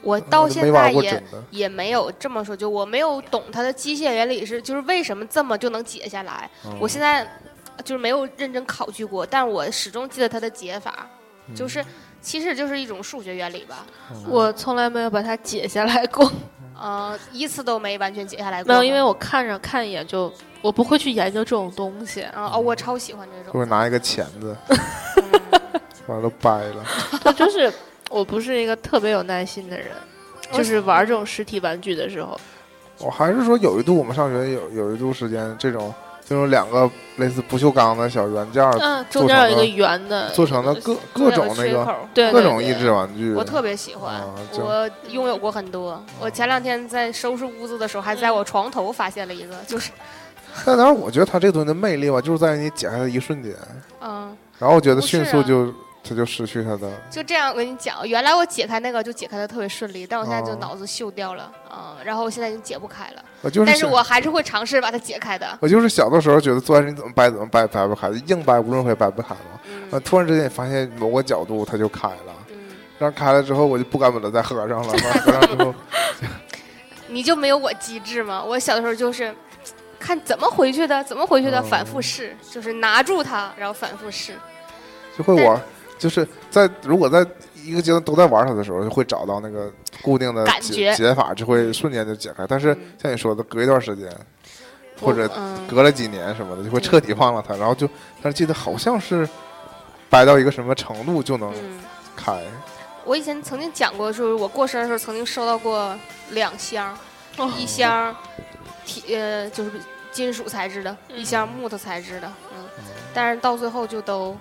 Speaker 3: 我
Speaker 2: 啊我
Speaker 3: 到
Speaker 2: 就
Speaker 3: 现
Speaker 2: 没
Speaker 3: 在
Speaker 2: 玩过
Speaker 3: 也
Speaker 2: 真的，
Speaker 3: 也没有这么说，就我没有懂它的机械原理是，就是为什么这么就能解下来。
Speaker 2: 嗯
Speaker 3: 我现在就是没有认真考据过，但我始终记得它的解法，
Speaker 2: 嗯
Speaker 3: 就是其实就是一种数学原理吧。
Speaker 4: 我从来没有把它解下来过。
Speaker 3: 呃，一次都没完全解下来过
Speaker 4: 没
Speaker 3: 吗。
Speaker 4: 有，因为我看上看一眼就，我不会去研究这种东西。
Speaker 3: 啊、哦，我超喜欢这
Speaker 2: 就
Speaker 3: 种嗯
Speaker 2: 会拿一个钳子，把它都掰了。
Speaker 4: 我就是我不是一个特别有耐心的人，
Speaker 3: 我
Speaker 4: 就是玩这种实体玩具的时候，
Speaker 2: 我还是说有一度我们上学有有一度时间，这种这种两个类似不锈钢的小圆件儿
Speaker 4: 嗯，中间有一个圆
Speaker 3: 嗯
Speaker 4: 的，
Speaker 2: 做成的各各种那
Speaker 3: 个
Speaker 2: 个
Speaker 3: 缺口。
Speaker 4: 对
Speaker 2: 各
Speaker 4: 对
Speaker 2: 种
Speaker 4: 对
Speaker 2: 益智玩具，
Speaker 3: 我特别喜欢
Speaker 2: 啊，这啊
Speaker 3: 我拥有过很多。我前两天在收拾屋子的时候，还在我床头发现 了一个，就是，
Speaker 2: 但当然，我觉得它这个东西的魅力吧，就是在于你解开的一瞬间，
Speaker 3: 嗯，
Speaker 2: 然后我觉得
Speaker 3: 不是
Speaker 2: 迅速
Speaker 3: 啊
Speaker 2: 就、它就失去它的。
Speaker 3: 就这样。我跟你讲，原来我解开那个就解开的特别顺利，但我现在就
Speaker 2: 哦
Speaker 3: 脑子锈掉了，嗯，然后我现在已经解不开了，
Speaker 2: 我就是啊
Speaker 3: 但是
Speaker 2: 想
Speaker 3: 我还是会尝试把它解开的。
Speaker 2: 我就是小的时候觉得钻石你怎么掰怎么掰掰不开，硬掰无论如何也掰不开嘛。
Speaker 3: 嗯
Speaker 2: 啊，突然之间你发现某个角度它就开了，
Speaker 3: 嗯，
Speaker 2: 然后开了之后我就不敢把它再合上了。 然后合上之后，
Speaker 3: 你就没有我机智吗？我小的时候就是看怎么回去的，怎么回去的，
Speaker 2: 哦
Speaker 3: 反复试，就是拿住它，然后反复试。
Speaker 2: 就会玩，就是在如果在一个阶段都在玩它的时候，就会找到那个固定的
Speaker 3: 感
Speaker 2: 解
Speaker 3: 觉
Speaker 2: 解法，就会瞬间就解开。但是
Speaker 3: 嗯
Speaker 2: 像你说的，隔一段时间或者
Speaker 3: 我嗯，
Speaker 2: 隔了几年什么的，就会彻底忘了它，然后就，但是记得好像是掰到一个什么程度就能
Speaker 3: 嗯，
Speaker 2: 开，
Speaker 3: 我以前曾经讲过，就是我过生日的时候曾经收到过两箱，
Speaker 4: 哦
Speaker 3: 一箱铁呃就是金属材质的，一箱木头材质的，嗯，但是到最后就都
Speaker 4: 哦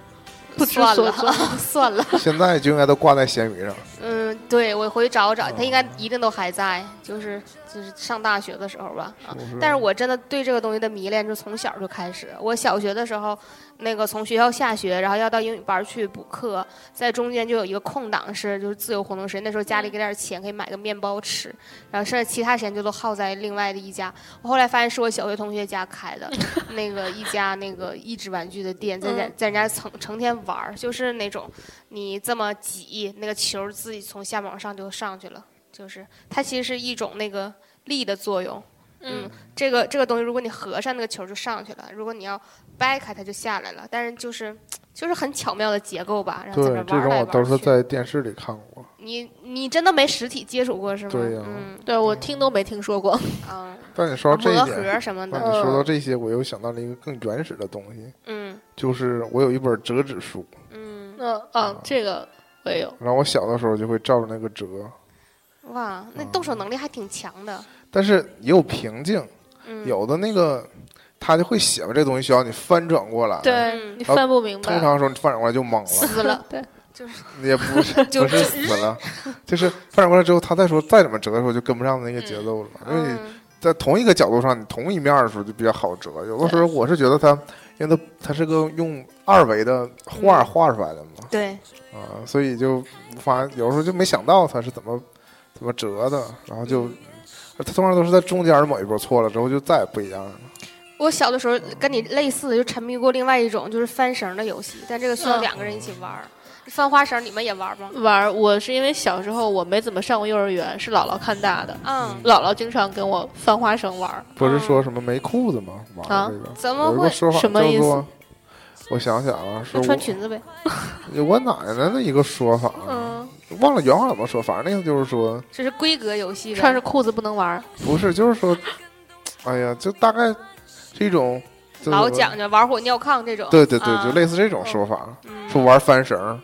Speaker 4: 不知
Speaker 3: 算
Speaker 4: 所
Speaker 3: 了
Speaker 4: 措，
Speaker 3: 算 了。
Speaker 2: 现在就应该都挂在闲 鱼上。
Speaker 3: 嗯，对，我回去找找，他应
Speaker 4: 哦
Speaker 3: 该一定都还在，就是就是上大学的时候吧。啊
Speaker 2: 是不是
Speaker 3: 但是我真的对这个东西的迷恋就从小就开始。我小学的时候，那个从学校下学，然后要到英语班去补课，在中间就有一个空档是就是自由活动时间，那时候家里给点钱可以买个面包吃，然后剩下其他时间就都耗在另外的一家。我后来发现是我小学同学家开的那个一家那个益智玩具的店，在人
Speaker 4: 嗯
Speaker 3: 在人家成成天玩儿，就是那种你这么挤那个球儿自己从下面往上就上去了，就是它其实是一种那个力的作用。嗯，这个这个东西，如果你合上那个球就上去了，如果你要掰开它就下来了，但是就是就是很巧妙的结构吧，然后在
Speaker 2: 对
Speaker 3: 那，
Speaker 2: 这
Speaker 3: 玩
Speaker 2: 种
Speaker 3: 来
Speaker 2: 我
Speaker 3: 玩
Speaker 2: 都是
Speaker 3: 去
Speaker 2: 在电视里看过。
Speaker 3: 你你真的没实体接触过是吗？
Speaker 2: 对呀
Speaker 3: 嗯
Speaker 4: 对我听都没听说过。
Speaker 3: 啊，
Speaker 2: 但你说到这
Speaker 3: 魔
Speaker 2: 一点，
Speaker 3: 盒什么
Speaker 2: 但
Speaker 3: 的，
Speaker 2: 你说到这些，我又想到了一个更原始的东西，
Speaker 3: 嗯
Speaker 2: 就是我有一本折纸书，
Speaker 3: 嗯，
Speaker 4: 那啊，这个我也有。
Speaker 2: 然后我小的时候就会照着那个折，
Speaker 3: 嗯哇，那动手能力还挺强的，
Speaker 2: 但是也有瓶颈，
Speaker 3: 嗯，
Speaker 2: 有的那个他就会写吧，这东西需要你翻转过来，
Speaker 4: 对
Speaker 3: 嗯
Speaker 4: 你翻不明白，
Speaker 2: 通常说你翻转过来就懵了，
Speaker 3: 撕 了，
Speaker 4: 对，
Speaker 2: 也不是
Speaker 3: 就
Speaker 2: 不是死了，就是翻转过来之后，他再说再怎么折的时候就跟不上那个节奏了，因为你
Speaker 3: 嗯
Speaker 2: 在同一个角度上，你同一面儿的时候就比较好折。有的时候我是觉得它，因为它它是个用二维的
Speaker 3: 嗯
Speaker 2: 画画出来的嘛，
Speaker 3: 对，
Speaker 2: 啊，所以就无法有时候就没想到它是怎么怎么折的，然后就
Speaker 3: 嗯
Speaker 2: 它通常都是在中间某一波错了之后就再也不一样了。
Speaker 3: 我小的时候跟你类似，就沉迷过另外一种就是翻绳的游戏，但这个需要
Speaker 4: 嗯
Speaker 3: 两个人一起玩儿。翻花绳你们也玩吗？
Speaker 4: 玩儿，我是因为小时候我没怎么上过幼儿园，是姥姥看大的，
Speaker 3: 嗯，
Speaker 4: 姥姥经常跟我翻花绳玩儿。
Speaker 2: 不是说什么没裤子吗？玩
Speaker 4: 啊
Speaker 2: 儿这个
Speaker 3: 怎么
Speaker 2: 有一个
Speaker 3: 会
Speaker 2: 说法
Speaker 4: 什么意
Speaker 2: 叫
Speaker 4: 思
Speaker 2: 做，我想想啊，是
Speaker 3: 就
Speaker 2: 我
Speaker 3: 穿裙子呗。
Speaker 2: 有我奶奶的一个说法，
Speaker 4: 嗯，
Speaker 2: 忘了原话怎么说，反正那个就是说。
Speaker 3: 这是规格游戏呗，
Speaker 4: 穿着裤子不能玩儿。
Speaker 2: 不是，就是说，哎呀，就大概是一种就是
Speaker 3: 老讲究玩火尿炕这种。
Speaker 2: 对对对，
Speaker 3: 啊
Speaker 2: 就类似这种说法，
Speaker 3: 嗯
Speaker 2: 说玩翻绳儿，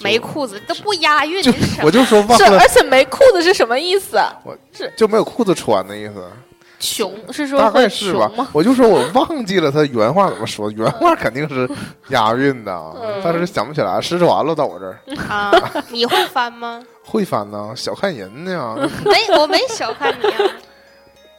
Speaker 3: 没裤子都不押韵，
Speaker 2: 就
Speaker 3: 你是什
Speaker 2: 我
Speaker 3: 么？
Speaker 2: 就说忘
Speaker 4: 这
Speaker 2: 了
Speaker 4: 而且没裤子是什么意思？
Speaker 2: 就没有裤子穿的意思，
Speaker 4: 穷是
Speaker 2: 大
Speaker 4: 说
Speaker 2: 概
Speaker 4: 会
Speaker 2: 是吧
Speaker 4: 穷吗？？
Speaker 2: 我就说我忘记了他原话怎么说，原话肯定 是押韵的啊，
Speaker 4: 嗯
Speaker 2: 但是想不起来，失传了到我这儿。
Speaker 3: 啊， 你会翻吗？
Speaker 2: 会翻呢，小看人 呢，
Speaker 3: 没，我没小看你啊。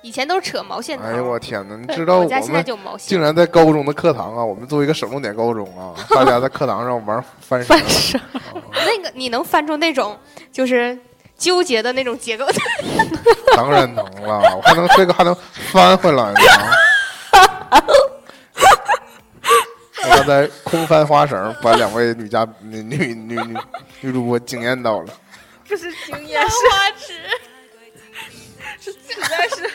Speaker 3: 以前都是扯毛线头，
Speaker 2: 哎呦我天哪！你知道
Speaker 3: 我
Speaker 2: 我
Speaker 3: 家现在
Speaker 2: 们
Speaker 3: 就有毛
Speaker 2: 竟
Speaker 3: 线。
Speaker 2: 然在高中的课堂啊，我们作为一个省重点高中啊，大家在课堂上玩翻绳
Speaker 4: 翻
Speaker 2: 儿，
Speaker 4: 绳
Speaker 3: 那个你能翻出那种就是纠结的那种结构？
Speaker 2: 当然能了，我还能这个还能翻回来呢。啊我刚才空翻花绳，把两位女嘉女女女女女主播惊艳到了。
Speaker 3: 不是经验，是花痴，是实在是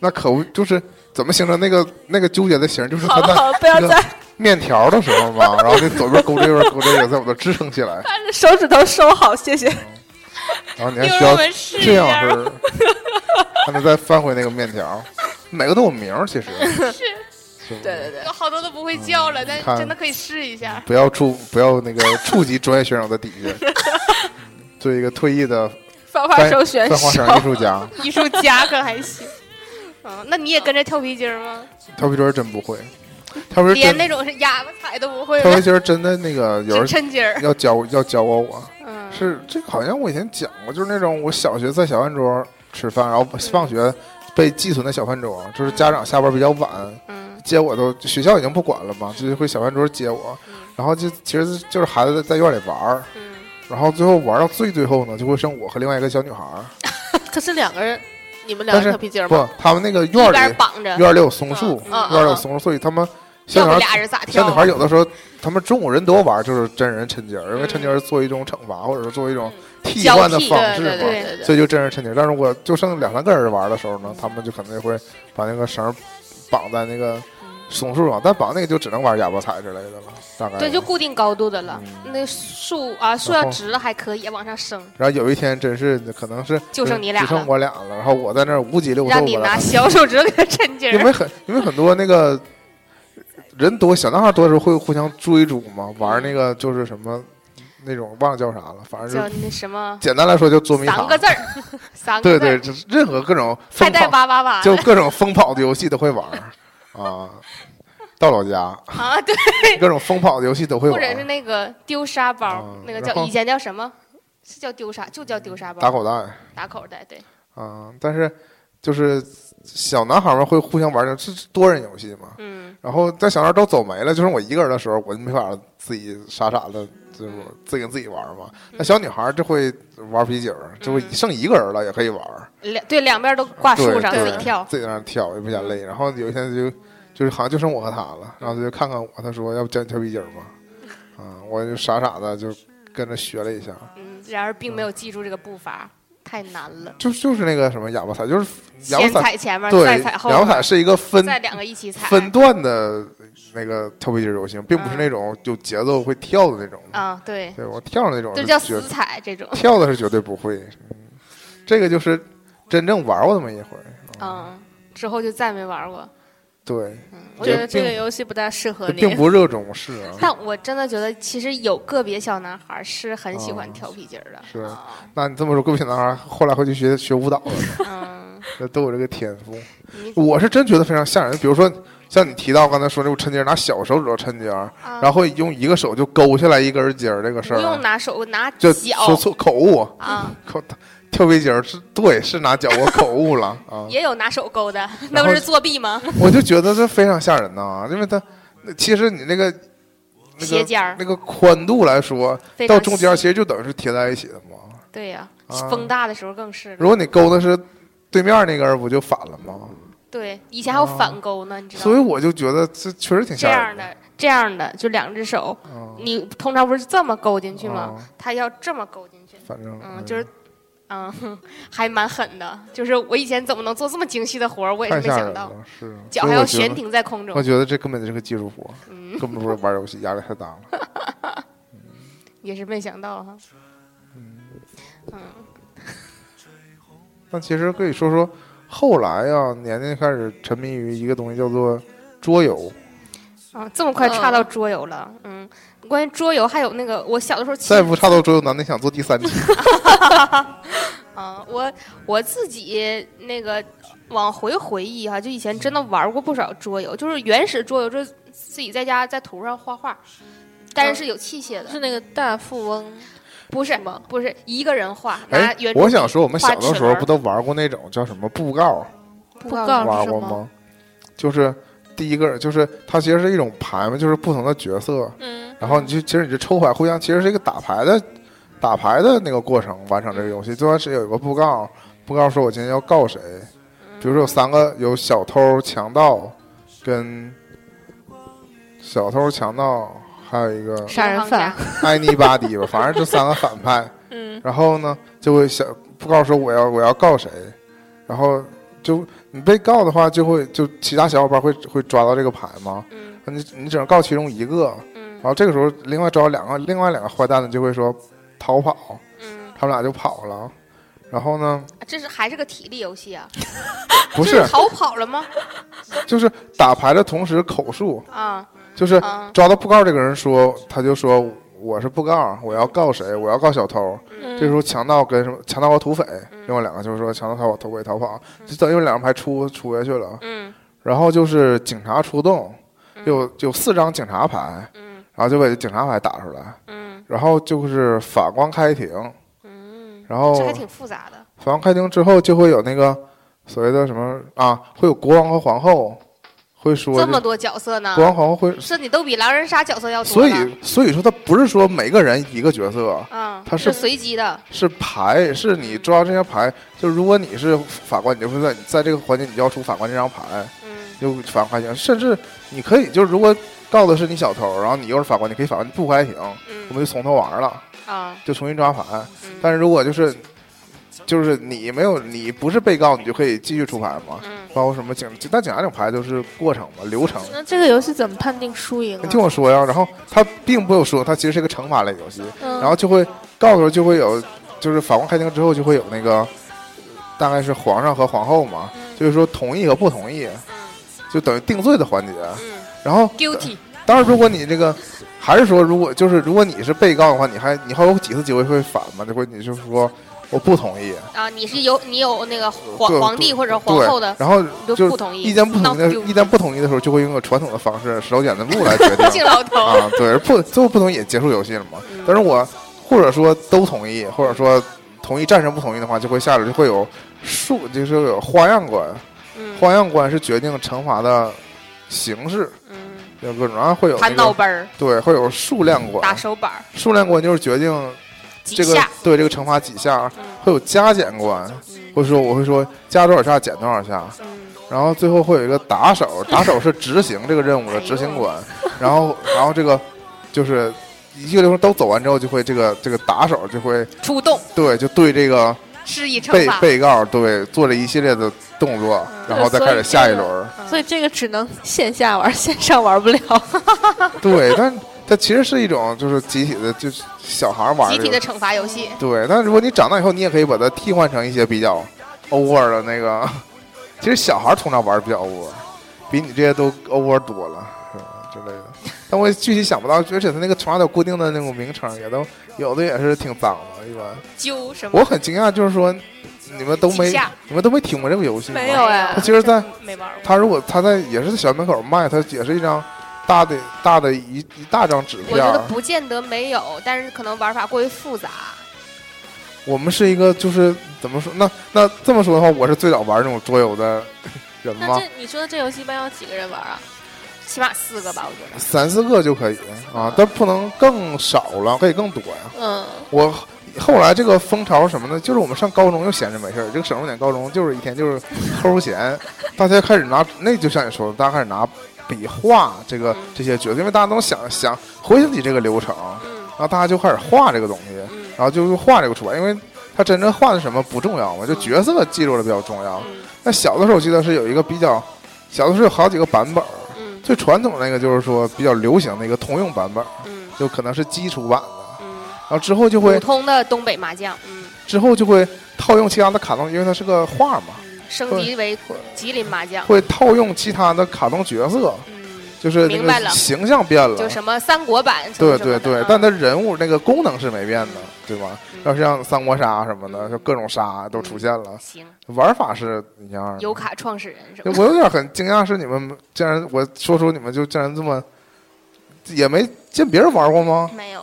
Speaker 2: 那可不就是怎么形成那个那个纠结的形？就是
Speaker 4: 好
Speaker 2: 它
Speaker 4: 了好了，
Speaker 2: 在
Speaker 4: 不要
Speaker 2: 这个
Speaker 4: 再
Speaker 2: 面条的时候 嘛，然后那左边勾这边勾这个，在我的支撑起来，
Speaker 4: 翻着手指头收好，谢谢。
Speaker 2: 然后你还
Speaker 3: 你
Speaker 2: 需
Speaker 3: 们
Speaker 2: 要
Speaker 3: 们试
Speaker 2: 这
Speaker 3: 一
Speaker 2: 样
Speaker 3: 下
Speaker 2: 式儿，还能再翻回那个面条。每个都有名儿， 其实是
Speaker 4: 对对对
Speaker 3: 有，好多都不会叫了，但
Speaker 2: 看
Speaker 3: 真的可以试一下。
Speaker 2: 不要触不要那个触及专业选手的底 线。做一个退役的
Speaker 4: 翻花
Speaker 2: 翻
Speaker 4: 绳选
Speaker 2: 翻花绳，艺术
Speaker 4: 手
Speaker 2: 家，
Speaker 3: 艺术家可还行。啊，那你也跟着跳皮筋儿吗？
Speaker 2: 跳皮筋儿真不会，跳皮筋
Speaker 3: 连
Speaker 2: 儿
Speaker 3: 那
Speaker 2: 真
Speaker 3: 种是哑巴踩都不会
Speaker 2: 跳皮
Speaker 3: 吗？
Speaker 2: 筋儿真的那个有
Speaker 3: 只
Speaker 2: 人
Speaker 3: 抻筋儿。
Speaker 2: 要教要教过我，
Speaker 3: 嗯，
Speaker 2: 是这个好像我以前讲过，就是那种我小学在小饭桌吃饭，然后
Speaker 3: 嗯
Speaker 2: 放学被寄存在小饭桌，就是家长下班比较晚，
Speaker 3: 嗯
Speaker 2: 接我都学校已经不管了嘛，就是会小饭桌接我，然后就其实就是孩子在在院里玩儿，
Speaker 3: 嗯，
Speaker 2: 然后最后玩到最最后呢，就会剩我和另外一个小女孩儿。
Speaker 4: 可是两个人，你们两
Speaker 2: 但是
Speaker 4: 个跳皮筋儿吗？
Speaker 2: 不，他们那个院
Speaker 3: 一
Speaker 2: 儿
Speaker 3: 边
Speaker 2: 里
Speaker 3: 绑着，
Speaker 2: 院儿里有松树，
Speaker 3: 嗯
Speaker 2: 院
Speaker 4: 嗯
Speaker 2: 儿里有松树，所以他们小
Speaker 3: 要
Speaker 2: 女
Speaker 3: 不
Speaker 2: 孩
Speaker 3: 俩人咋
Speaker 2: 小
Speaker 3: 跳
Speaker 2: 女
Speaker 3: 啊？
Speaker 2: 孩有的时候，他们中午人多玩，就是真人抻筋儿，因为抻筋儿作为一种惩罚，或者说作为一种替换的
Speaker 3: 嗯交替
Speaker 2: 方
Speaker 4: 嗯对
Speaker 2: 式
Speaker 4: 对
Speaker 2: 嘛，
Speaker 4: 对对
Speaker 2: 所
Speaker 4: 对，
Speaker 2: 以就真人抻筋儿。但是我就剩两三个人玩的时候呢，他们就可能就会把那个绳儿绑在那
Speaker 3: 嗯
Speaker 2: 个松树上，但绑那个就只能玩哑巴踩之类的了，大概
Speaker 3: 对，
Speaker 2: 有
Speaker 3: 就固定高度的了。
Speaker 2: 嗯
Speaker 3: 那树啊，树要直了还可以往上升，
Speaker 2: 然后有一天真是可能是呃
Speaker 3: 就剩你俩
Speaker 2: 只剩
Speaker 3: 了
Speaker 2: 我俩了，然后我在那儿五脊六兽
Speaker 3: 让你
Speaker 2: 把它
Speaker 3: 拿小手指头给它抻 筋
Speaker 2: 因
Speaker 3: 儿。
Speaker 2: 为很因为很多那个人多，小男孩多的时候会互相追逐嘛，玩那个就是什么那种忘了叫啥了，反正
Speaker 3: 叫
Speaker 2: 就
Speaker 3: 那什么
Speaker 2: 简单来说就捉迷
Speaker 3: 三
Speaker 2: 藏
Speaker 3: 个。字儿， 三
Speaker 2: 对
Speaker 3: 个字
Speaker 2: 对，
Speaker 3: 儿，
Speaker 2: 就是任何各种
Speaker 3: 还
Speaker 2: 疯
Speaker 3: 带
Speaker 2: 跑，
Speaker 3: 哇哇哇
Speaker 2: 就
Speaker 3: 的
Speaker 2: 各种疯跑的游戏都会玩儿啊。到老 家，
Speaker 3: 啊，对，
Speaker 2: 各种疯跑的游戏都会
Speaker 3: 或
Speaker 2: 玩
Speaker 3: 者是
Speaker 2: 儿，
Speaker 3: 那个丢沙包
Speaker 2: 嗯，
Speaker 3: 那个
Speaker 2: 然后
Speaker 3: 叫以前叫什么？是叫丢沙，就叫丢沙
Speaker 2: 打
Speaker 3: 包，
Speaker 2: 口袋
Speaker 3: 打口袋，对，
Speaker 2: 啊。但是就是小男孩们会互相玩儿的，这是多人游戏嘛。
Speaker 3: 嗯，
Speaker 2: 然后在小孩都走没了，就剩我一个人的时候，我就没法自己傻傻的，就是自己跟自己玩嘛。
Speaker 3: 嗯
Speaker 2: 那小女孩就会玩啤酒，就会剩一个人了也可以玩，
Speaker 3: 两对两边都挂树
Speaker 2: 对
Speaker 3: 上
Speaker 2: 对
Speaker 3: 自己跳，
Speaker 2: 自己在那儿跳也不嫌累。然后有一天就就是好像就剩我和她了，然后她就看看我，她说要不教你跳啤酒吗？
Speaker 3: 嗯
Speaker 2: 啊，我就傻傻的就跟着学了一下，
Speaker 3: 嗯，然而并没有记住这个步伐，太难了。
Speaker 2: 就就是那个什么哑巴踩，就是哑巴
Speaker 3: 先
Speaker 2: 踩，
Speaker 3: 踩前面，
Speaker 2: 对，
Speaker 3: 再踩后
Speaker 2: 哑巴
Speaker 3: 面
Speaker 2: 踩，是一个分
Speaker 3: 再两个一起踩。
Speaker 2: 分段的那个跳皮筋游戏，并不是
Speaker 3: 嗯
Speaker 2: 那种有节奏会跳的那种。
Speaker 3: 啊，对，
Speaker 2: 对我跳的那种
Speaker 3: 就是叫
Speaker 2: 绝
Speaker 3: 死踩这种。
Speaker 2: 跳的是绝对不会。嗯这个就是真正玩过那么一回。哦
Speaker 3: 嗯，之后就再没玩过。
Speaker 2: 对，
Speaker 3: 嗯，
Speaker 4: 我
Speaker 3: 我
Speaker 4: 觉
Speaker 3: 觉
Speaker 2: 这
Speaker 3: 得，
Speaker 4: 得这个游戏不大适合
Speaker 2: 这
Speaker 4: 你。
Speaker 2: 并不热衷是啊。
Speaker 3: 但我真的觉得，其实有个别小男孩是很喜欢
Speaker 2: 哦
Speaker 3: 跳皮筋儿的。
Speaker 2: 是
Speaker 3: 啊
Speaker 2: 那你这么说，各位小男孩后来会去学学舞蹈了，
Speaker 3: 嗯，
Speaker 2: 这都有这个天赋。
Speaker 3: 你
Speaker 2: 我是真觉得非常吓人。比如说，像你提到刚才说那种抻筋儿，拿小手指头抻筋儿，
Speaker 3: 啊
Speaker 2: 然后用一个手就勾下来一根筋儿这个事
Speaker 3: 不用
Speaker 2: 儿，啊
Speaker 3: 拿手，拿
Speaker 2: 就
Speaker 3: 脚
Speaker 2: 说错嗯口误，
Speaker 3: 啊，
Speaker 2: 口跳皮筋儿是对，是拿脚，我口误 了啊。
Speaker 3: 也有拿手勾的，
Speaker 2: 然
Speaker 3: 那
Speaker 2: 后
Speaker 3: 不是作弊吗？
Speaker 2: 我就觉得这非常吓人呐，因为它那其实你那个那
Speaker 3: 斜
Speaker 2: 个
Speaker 3: 尖儿
Speaker 2: 那个宽度来说，
Speaker 3: 非常
Speaker 2: 到中间其实就等于是贴在一起的嘛。
Speaker 3: 细对呀
Speaker 2: 啊，
Speaker 3: 风大的时候更是。
Speaker 2: 如果你勾的是对面那根儿，不就反了吗？
Speaker 3: 对，以前还有反勾呢，你知道
Speaker 2: 所以
Speaker 3: 吗？
Speaker 2: 我就觉得这确实挺
Speaker 3: 这
Speaker 2: 吓人
Speaker 3: 样。的，这样的，就两只手，
Speaker 2: 嗯，
Speaker 3: 你通常不是这么勾进去吗？
Speaker 2: 啊
Speaker 3: 他要这么勾进去，
Speaker 2: 反正
Speaker 3: 嗯，就是，嗯，还蛮狠的。就是我以前怎么能做这么精细的活儿，我也
Speaker 2: 太
Speaker 3: 是没
Speaker 2: 吓人
Speaker 3: 想到。
Speaker 2: 了，是。
Speaker 3: 脚
Speaker 2: 所以
Speaker 3: 还要
Speaker 2: 我觉
Speaker 3: 悬
Speaker 2: 得
Speaker 3: 停在空中
Speaker 2: 我，觉得这根本就是个技术活，
Speaker 3: 嗯，
Speaker 2: 根本不是玩游戏，压力太大了。
Speaker 3: 也是没想到哈。嗯，
Speaker 2: 但其实可以说说，后来啊，年年开始沉迷于一个东西叫做桌游，
Speaker 3: 啊，这么快差到桌游了，嗯，关于桌游还有那个，我小的时候其
Speaker 2: 再不差到桌游难，你想做第三期？
Speaker 3: 啊，我我自己那个往回回忆哈、就以前真的玩过不少桌游，就是原始桌游，就是自己在家在图上画画，但是是有器械
Speaker 4: 是
Speaker 3: 的，
Speaker 4: 那个大富翁，
Speaker 3: 不嗯是
Speaker 4: 什么
Speaker 3: 不是一个人画，拿
Speaker 2: 哎
Speaker 3: 圆，珠
Speaker 2: 我
Speaker 3: 笔
Speaker 2: 想说，我们
Speaker 3: 画啊
Speaker 2: 小的
Speaker 3: 齿
Speaker 2: 时候
Speaker 3: 轮
Speaker 2: 不都玩过那种叫什么布告儿
Speaker 3: 布
Speaker 4: 布
Speaker 3: 告
Speaker 4: 告
Speaker 2: 玩
Speaker 4: 哦是
Speaker 2: 过
Speaker 4: 什么
Speaker 2: 吗？就是第一个人，就是它其实是一种牌嘛，就是不同的角色，
Speaker 4: 嗯，
Speaker 2: 然后你就其实你就抽牌，互相其实是一个打牌的打牌的那个过程，完成这个游戏。最开始有一个布告，布告说我今天要告谁，
Speaker 4: 嗯
Speaker 2: 比如说有三个有小偷、强盗跟小偷、强盗，还有一个
Speaker 4: 杀人犯，
Speaker 2: 艾尼巴迪吧，反正就三个反派。
Speaker 4: 嗯，
Speaker 2: 然后呢，就会想不告说我要我要告谁，然后就你被告的话，就会就其他小伙伴会会抓到这个牌吗？
Speaker 3: 嗯
Speaker 2: 你你只能告其中一个，
Speaker 3: 嗯
Speaker 2: 然后这个时候另外抓到两个另外两个坏蛋的就会说逃跑，
Speaker 3: 嗯，
Speaker 2: 他们俩就跑了。然后呢，
Speaker 3: 啊这是还是个体力游戏啊？
Speaker 2: 不
Speaker 3: 这
Speaker 2: 是
Speaker 3: 逃跑了吗？
Speaker 2: 就是打牌的同时口述，
Speaker 3: 啊
Speaker 2: 就是
Speaker 3: 啊
Speaker 2: 抓到布告这个人说，他就说我是布告，我要告谁？我要告小偷。
Speaker 4: 嗯
Speaker 2: 这时候强盗跟什么强盗和土匪，
Speaker 3: 嗯
Speaker 2: 另外两个就是说强盗逃跑，土匪逃跑，就等于两张牌出出下去了。
Speaker 3: 嗯
Speaker 2: 然后就是警察出动，有有四张警察牌，
Speaker 3: 嗯
Speaker 2: 然后就把这警察牌打出来，
Speaker 3: 嗯
Speaker 2: 然后就是法官开庭，
Speaker 3: 嗯，
Speaker 2: 然后
Speaker 3: 这还挺复杂的
Speaker 2: 法官开庭之后就会有那个所谓的什么啊，会有国王和皇后会说
Speaker 3: 这
Speaker 2: 这
Speaker 3: 么多角色呢
Speaker 2: 国，王皇后会，
Speaker 3: 这你都比狼人杀角色要多
Speaker 2: 所
Speaker 3: 了。
Speaker 2: 以所以说他不是说每个人一个角色，
Speaker 3: 啊，
Speaker 2: 它是
Speaker 3: 是随机的，
Speaker 2: 是牌，是你抓这些牌。就如果你是法官，你就会在在这个环节你就要出法官这张牌，
Speaker 3: 嗯
Speaker 2: 就法官开庭。甚至你可以就是如果告的是你小偷，然后你又是法官，你可以法官不开庭，我
Speaker 3: 嗯
Speaker 2: 们就从头玩了，
Speaker 3: 啊，
Speaker 2: 就重新抓牌。
Speaker 3: 嗯
Speaker 2: 但是如果就是就是你没有你不是被告，你就可以继续出牌嘛。
Speaker 3: 嗯
Speaker 2: 包括什么警，但警察这种牌就是过程嘛，流程。
Speaker 4: 那这个游戏怎么判定输赢
Speaker 2: 你
Speaker 4: 啊？
Speaker 2: 听我说呀，然后它并没有说它其实是一个惩罚类游戏，
Speaker 4: 嗯
Speaker 2: 然后就会告的时候就会有，就是法官开庭之后就会有那个，呃大概是皇上和皇后嘛，就是说同意和不同意，就等于定罪的环节。
Speaker 3: 嗯
Speaker 2: 然后
Speaker 3: ，guilty，
Speaker 2: 当然，如果你这个还是说，如果就是如果你是被告的话，你还你还有几次机会会反嘛？就会你就说我不同意，
Speaker 3: 啊，你是有你有那个皇
Speaker 2: 对
Speaker 3: 皇帝或者皇后的
Speaker 2: 对，然后
Speaker 3: 你就
Speaker 2: 就
Speaker 3: 不同意
Speaker 2: 意见不同
Speaker 3: Not
Speaker 2: 的
Speaker 3: guilty
Speaker 2: 意见不同意的时候，就会用传统的方式石头剪子布来决 定。
Speaker 3: 敬老头，
Speaker 2: 啊，对，不最后不同意也结束游戏了嘛。
Speaker 3: 嗯
Speaker 2: 但是我或者说都同意，或者说同意战胜不同意的话，就会下来就会有数，就是有花样关，
Speaker 3: 嗯
Speaker 2: 花样关是决定惩罚的形式，
Speaker 3: 嗯，
Speaker 2: 有各种，然后会有、那
Speaker 3: 弹脑
Speaker 2: 个、
Speaker 3: 杯儿，
Speaker 2: 对，会有数量
Speaker 3: 打
Speaker 2: 关，
Speaker 3: 手板儿，
Speaker 2: 数量关就是决定
Speaker 3: 嗯几
Speaker 2: 这个
Speaker 3: 下，
Speaker 2: 对这个惩罚几下，
Speaker 3: 嗯
Speaker 2: 会有加减关，
Speaker 3: 嗯
Speaker 2: 会说我会说加多少下减多少下，
Speaker 3: 嗯
Speaker 2: 然后最后会有一个打手，打手是执行这个任务的
Speaker 3: 哎呦
Speaker 2: 执行 官，然后然后这个就是一个流程都走完之后，就会这个这个打手就会
Speaker 3: 出动，
Speaker 2: 对就对这个
Speaker 3: 施以惩
Speaker 2: 被
Speaker 3: 罚。嗯
Speaker 2: 被告对做了一系列的动作，然后再开始下一轮。
Speaker 4: 所以这个只能线下玩，线上玩不了。
Speaker 2: 啊对，但它其实是一种就是集体的，就是小孩玩
Speaker 3: 集
Speaker 2: 的
Speaker 3: 体的
Speaker 2: 游戏。
Speaker 3: 惩罚游戏，
Speaker 4: 哦
Speaker 2: 对，但如果你长大以后，你也可以把它替换成一些比较 over 的那个。 其实小孩通常玩的比较 over，比你这些都 over 多了，是吧？之类的。但我具体想不到，而且它那个从来有固定的那种名称，也都有的也是挺脏的，一般。
Speaker 3: 揪什么？
Speaker 2: 我很惊讶，就是说你们都没
Speaker 3: 几下
Speaker 2: 你们都没听过这个游戏吗？
Speaker 4: 没有哎
Speaker 2: 它其实在
Speaker 3: 没玩过。
Speaker 2: 他如果他在也是在小门口卖，他也是一张大的大的一一大张纸
Speaker 3: 我
Speaker 2: 片
Speaker 3: 觉得
Speaker 2: 儿。
Speaker 3: 不见得没有，但是可能玩法过于复杂。
Speaker 2: 我们是一个就是怎么说？那那这么说的话，我是最早玩这种桌游的人
Speaker 4: 那
Speaker 2: 吗？
Speaker 4: 这你说的这游戏一般要几个人玩啊？
Speaker 3: 起码四个吧，我觉得。
Speaker 2: 三四个就可以啊，但不能更少了，可以更多呀、
Speaker 4: 嗯，
Speaker 2: 我后来这个风潮什么呢？就是我们上高中就闲着没事儿，这个省重点高中就是一天就是齁闲， 大家开始拿那就像你说的，大家开始拿笔画这个这些角色，因为大家都想想回想起这个流程，
Speaker 4: 嗯
Speaker 2: 然后大家就开始画这个东西，
Speaker 4: 嗯
Speaker 2: 然后就画这个出来，因为他真正画的什么不重要嘛，就角色记住了比较重要。
Speaker 4: 嗯
Speaker 2: 那小的时候我记得是有一个比较，小的时候有好几个版本儿，
Speaker 4: 嗯
Speaker 2: 最传统那个就是说比较流行的一个通用版本儿，
Speaker 4: 嗯
Speaker 2: 就可能是基础版的，
Speaker 4: 嗯，
Speaker 2: 然后之后就
Speaker 3: 普
Speaker 2: 会
Speaker 3: 通的东北麻将，嗯，
Speaker 2: 之后就会套用其他的卡通，因为它是个画嘛，
Speaker 4: 嗯
Speaker 3: 升级为吉林麻将，
Speaker 2: 会套用其他的卡通角色，
Speaker 3: 嗯，
Speaker 2: 就是那
Speaker 3: 明白
Speaker 2: 个
Speaker 3: 了
Speaker 2: 形象变了，
Speaker 3: 就什么三国版，什么
Speaker 2: 对
Speaker 3: 什么
Speaker 2: 对
Speaker 3: 的
Speaker 2: 对
Speaker 3: 嗯，
Speaker 2: 但它人物那个功能是没变的，对吧？
Speaker 3: 嗯
Speaker 2: 要像三国杀什么的，就各种杀都出现了，
Speaker 3: 行，
Speaker 2: 玩法是一样的。
Speaker 3: 有卡创始人什
Speaker 2: 就
Speaker 3: 么的，
Speaker 2: 我有点很惊讶，是你们竟然我说出你们就竟然这么，也没见别人玩过吗？
Speaker 3: 没有，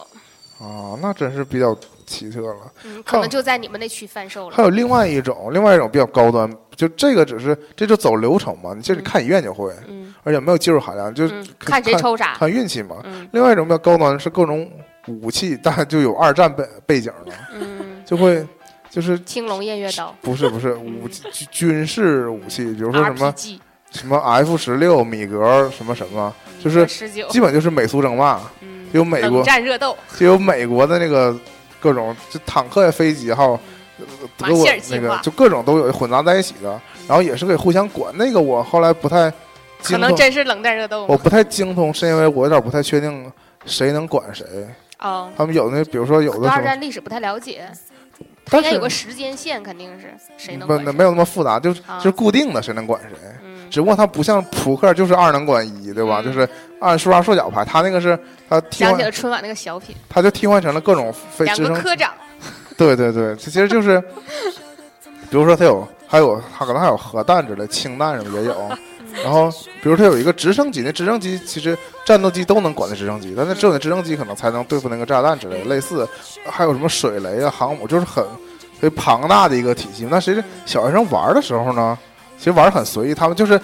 Speaker 2: 啊，那真是比较奇特了。
Speaker 3: 嗯，可能就在你们那区贩售
Speaker 2: 还
Speaker 3: 了。
Speaker 2: 有另外一种，另外一种比较高端，就这个只是这就走流程嘛，你这里看一遍就会，
Speaker 3: 嗯
Speaker 2: 而且没有技术含量，就
Speaker 3: 嗯，看谁抽啥，
Speaker 2: 看运气嘛。
Speaker 3: 嗯
Speaker 2: 另外一种比较高端是各种武器，但就有二战背背景了。
Speaker 3: 嗯，
Speaker 2: 就会就是
Speaker 3: 青龙偃月刀
Speaker 2: 不是不是武器军军事武器，比如说什么
Speaker 3: ，RPG，
Speaker 2: 什么 F 十六、米格什么什么，就是
Speaker 3: 十九，
Speaker 2: 基本就是美苏争霸，
Speaker 3: 嗯
Speaker 2: 有美国
Speaker 3: 冷战热斗，
Speaker 2: 就有美国的那个各种就坦克呀、飞机，还有呃
Speaker 3: 马
Speaker 2: 德国
Speaker 3: 歇尔计
Speaker 2: 那个
Speaker 3: 划
Speaker 2: 就各种都有混杂在一起的，然后也是可以互相管。那个我后来不太
Speaker 3: 可
Speaker 2: 精
Speaker 3: 能
Speaker 2: 通，
Speaker 3: 真是冷战热斗
Speaker 2: 我不太精通，是因为我有点不太确定谁能管谁。
Speaker 3: 啊。
Speaker 2: 他们有的比如说有的
Speaker 3: 对
Speaker 2: 时候
Speaker 3: 二战历史不太了解，
Speaker 2: 但
Speaker 3: 它应该
Speaker 2: 是
Speaker 3: 有个时间线，肯定是谁能
Speaker 2: 不
Speaker 3: 管
Speaker 2: 那
Speaker 3: 谁。
Speaker 2: 没有那么复杂，就是
Speaker 3: 啊
Speaker 2: 就是固定的谁能管谁。
Speaker 3: 嗯，
Speaker 2: 只不过它不像扑克，就是二能管一，对吧？
Speaker 3: 嗯
Speaker 2: 就是按数大数角排，它那个是它替
Speaker 3: 想起了
Speaker 2: 换，
Speaker 3: 春晚那个小品，
Speaker 2: 它就替换成了各种非
Speaker 3: 两
Speaker 2: 直
Speaker 3: 个
Speaker 2: 升，
Speaker 3: 科长，
Speaker 2: 对对对，其实就是，比如说它有，还有它可能还有核弹之类，氢弹什么也有。
Speaker 3: 嗯
Speaker 2: 然后，比如它有一个直升机，那直升机其实战斗机都能管那直升机，但是只有那直升机可能才能对付那个炸弹之类的。类似，还有什么水雷啊、航母，就是很很庞大的一个体系。那其实小学生玩的时候呢，其实玩的很随意，他们就是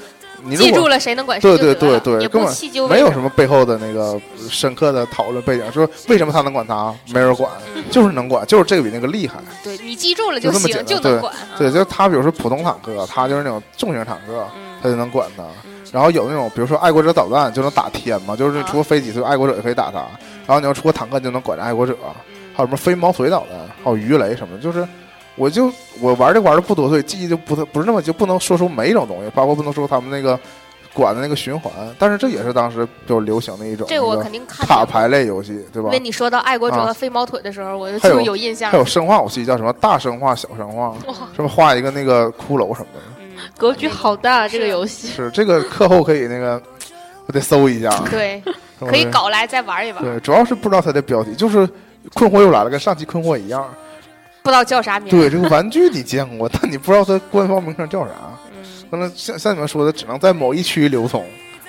Speaker 2: 你如
Speaker 3: 记
Speaker 2: 果
Speaker 3: 住了谁能管谁
Speaker 2: 对
Speaker 3: 就
Speaker 2: 对
Speaker 3: 得了
Speaker 2: 对对
Speaker 3: 也
Speaker 2: 根
Speaker 3: 不
Speaker 2: 本
Speaker 3: 细究为
Speaker 2: 没有什么背后的那个深刻的讨论背景，说为什么他能管他，没人管，
Speaker 3: 嗯
Speaker 2: 就是能管，就是这个比那个厉害。
Speaker 3: 对你记住了
Speaker 2: 就这么
Speaker 3: 行，
Speaker 2: 简单
Speaker 3: 就能管。啊
Speaker 2: 对，就是他，比如说普通坦克，他就是那种重型坦克，
Speaker 3: 嗯
Speaker 2: 他就能管他。
Speaker 3: 嗯
Speaker 2: 然后有那种，比如说爱国者导弹就能打天嘛，
Speaker 3: 啊
Speaker 2: 就是你出个飞机，就爱国者就可以打他。然后你要出个坦克，就能管着爱国者。
Speaker 3: 嗯
Speaker 2: 还有什么飞毛腿导弹，还有鱼雷什么的，就是。我就我玩这个玩的不多，所以记忆就不太不是那么就不能说出每一种东西，包括不能说他们那个管的那个循环，但是这也是当时比较流行的一种
Speaker 3: 这个我
Speaker 2: 那个
Speaker 3: 肯定看
Speaker 2: 塔
Speaker 3: 过，
Speaker 2: 牌类游戏，对吧
Speaker 3: 因为？你说到爱国者
Speaker 2: 啊
Speaker 3: 和飞毛腿的时候，我就
Speaker 2: 还有
Speaker 3: 就有印象
Speaker 2: 还。有生化武器叫什么大生化、小生化，什么画一个那个骷髅什么的，
Speaker 3: 嗯
Speaker 4: 格局好大，啊
Speaker 3: 是
Speaker 4: 这个游戏。
Speaker 2: 是这个课后可以那个，我得搜一下，
Speaker 3: 对，
Speaker 2: 是不
Speaker 3: 可以
Speaker 2: 是。
Speaker 3: 搞来再玩一玩，
Speaker 2: 对，主要是不知道它的标题，就是困惑又来了，跟上期困惑一样。
Speaker 3: 不知道叫啥名。
Speaker 2: 对，这个玩具你见过，但你不知道它官方名称叫啥。
Speaker 3: 嗯，
Speaker 2: 那么像像你们说的，只能在某一区流通，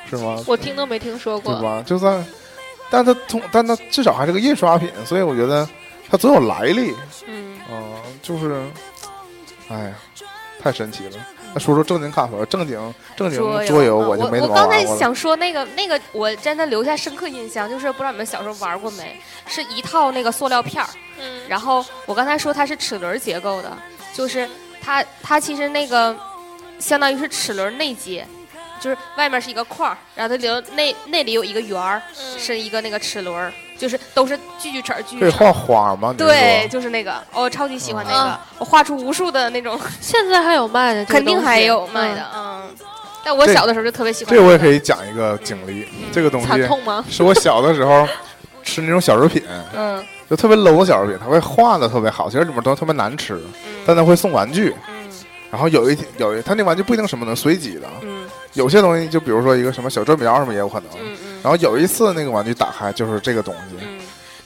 Speaker 2: 是吗？
Speaker 4: 我听都没听说
Speaker 2: 对
Speaker 4: 过，
Speaker 2: 吧？就算，但它通，但它至少还是个印刷品，所以我觉得它总有来历。
Speaker 3: 嗯，
Speaker 2: 嗯，就是，哎呀，太神奇了。那说说正经卡牌，正经正 经
Speaker 3: 桌
Speaker 2: 桌游，
Speaker 3: 啊我
Speaker 2: 就没怎
Speaker 3: 我
Speaker 2: 么
Speaker 3: 刚才
Speaker 2: 玩过了。
Speaker 3: 想说那个那个，我真的留下深刻印象，就是不知道你们小时候玩过没，是一套那个塑料片儿，
Speaker 4: 嗯，
Speaker 3: 然后我刚才说它是齿轮结构的，就是它它其实那个相当于是齿轮内接，就是外面是一个块儿，然后它留内内里有一个圆儿，
Speaker 2: 嗯
Speaker 3: 是一个那个齿轮儿，就是都是锯锯齿儿锯
Speaker 2: 可以
Speaker 3: 锯齿
Speaker 2: 画
Speaker 3: 儿。
Speaker 2: 花吗？你是
Speaker 3: 对，
Speaker 2: 说，
Speaker 3: 就是那个，哦我、超级喜欢那个，
Speaker 4: 嗯
Speaker 3: 我画出无数的 那种，
Speaker 4: 现在还有卖的，这个
Speaker 3: 肯定
Speaker 4: 东西
Speaker 3: 还有卖的，，嗯。但我
Speaker 2: 这
Speaker 3: 小的时候就特别喜欢、
Speaker 2: 这我也可
Speaker 3: 以，
Speaker 2: 以讲一个经历。这个东
Speaker 4: 嗯
Speaker 2: 西
Speaker 4: 惨痛吗？
Speaker 2: 是我小的时候吃那种小食品，
Speaker 3: 嗯
Speaker 2: 就特别 low 的小食品，它会画的特别好，其实里面都特别难吃，但它会送玩具。
Speaker 3: 嗯
Speaker 2: 然后有一有一，它那玩具不一定什么能随机的，
Speaker 3: 嗯
Speaker 2: 有些东西就比如说一个什么小转苗什么也有可能。
Speaker 3: 嗯嗯
Speaker 2: 然后有一次那个玩具打开就是这个东西，
Speaker 3: 嗯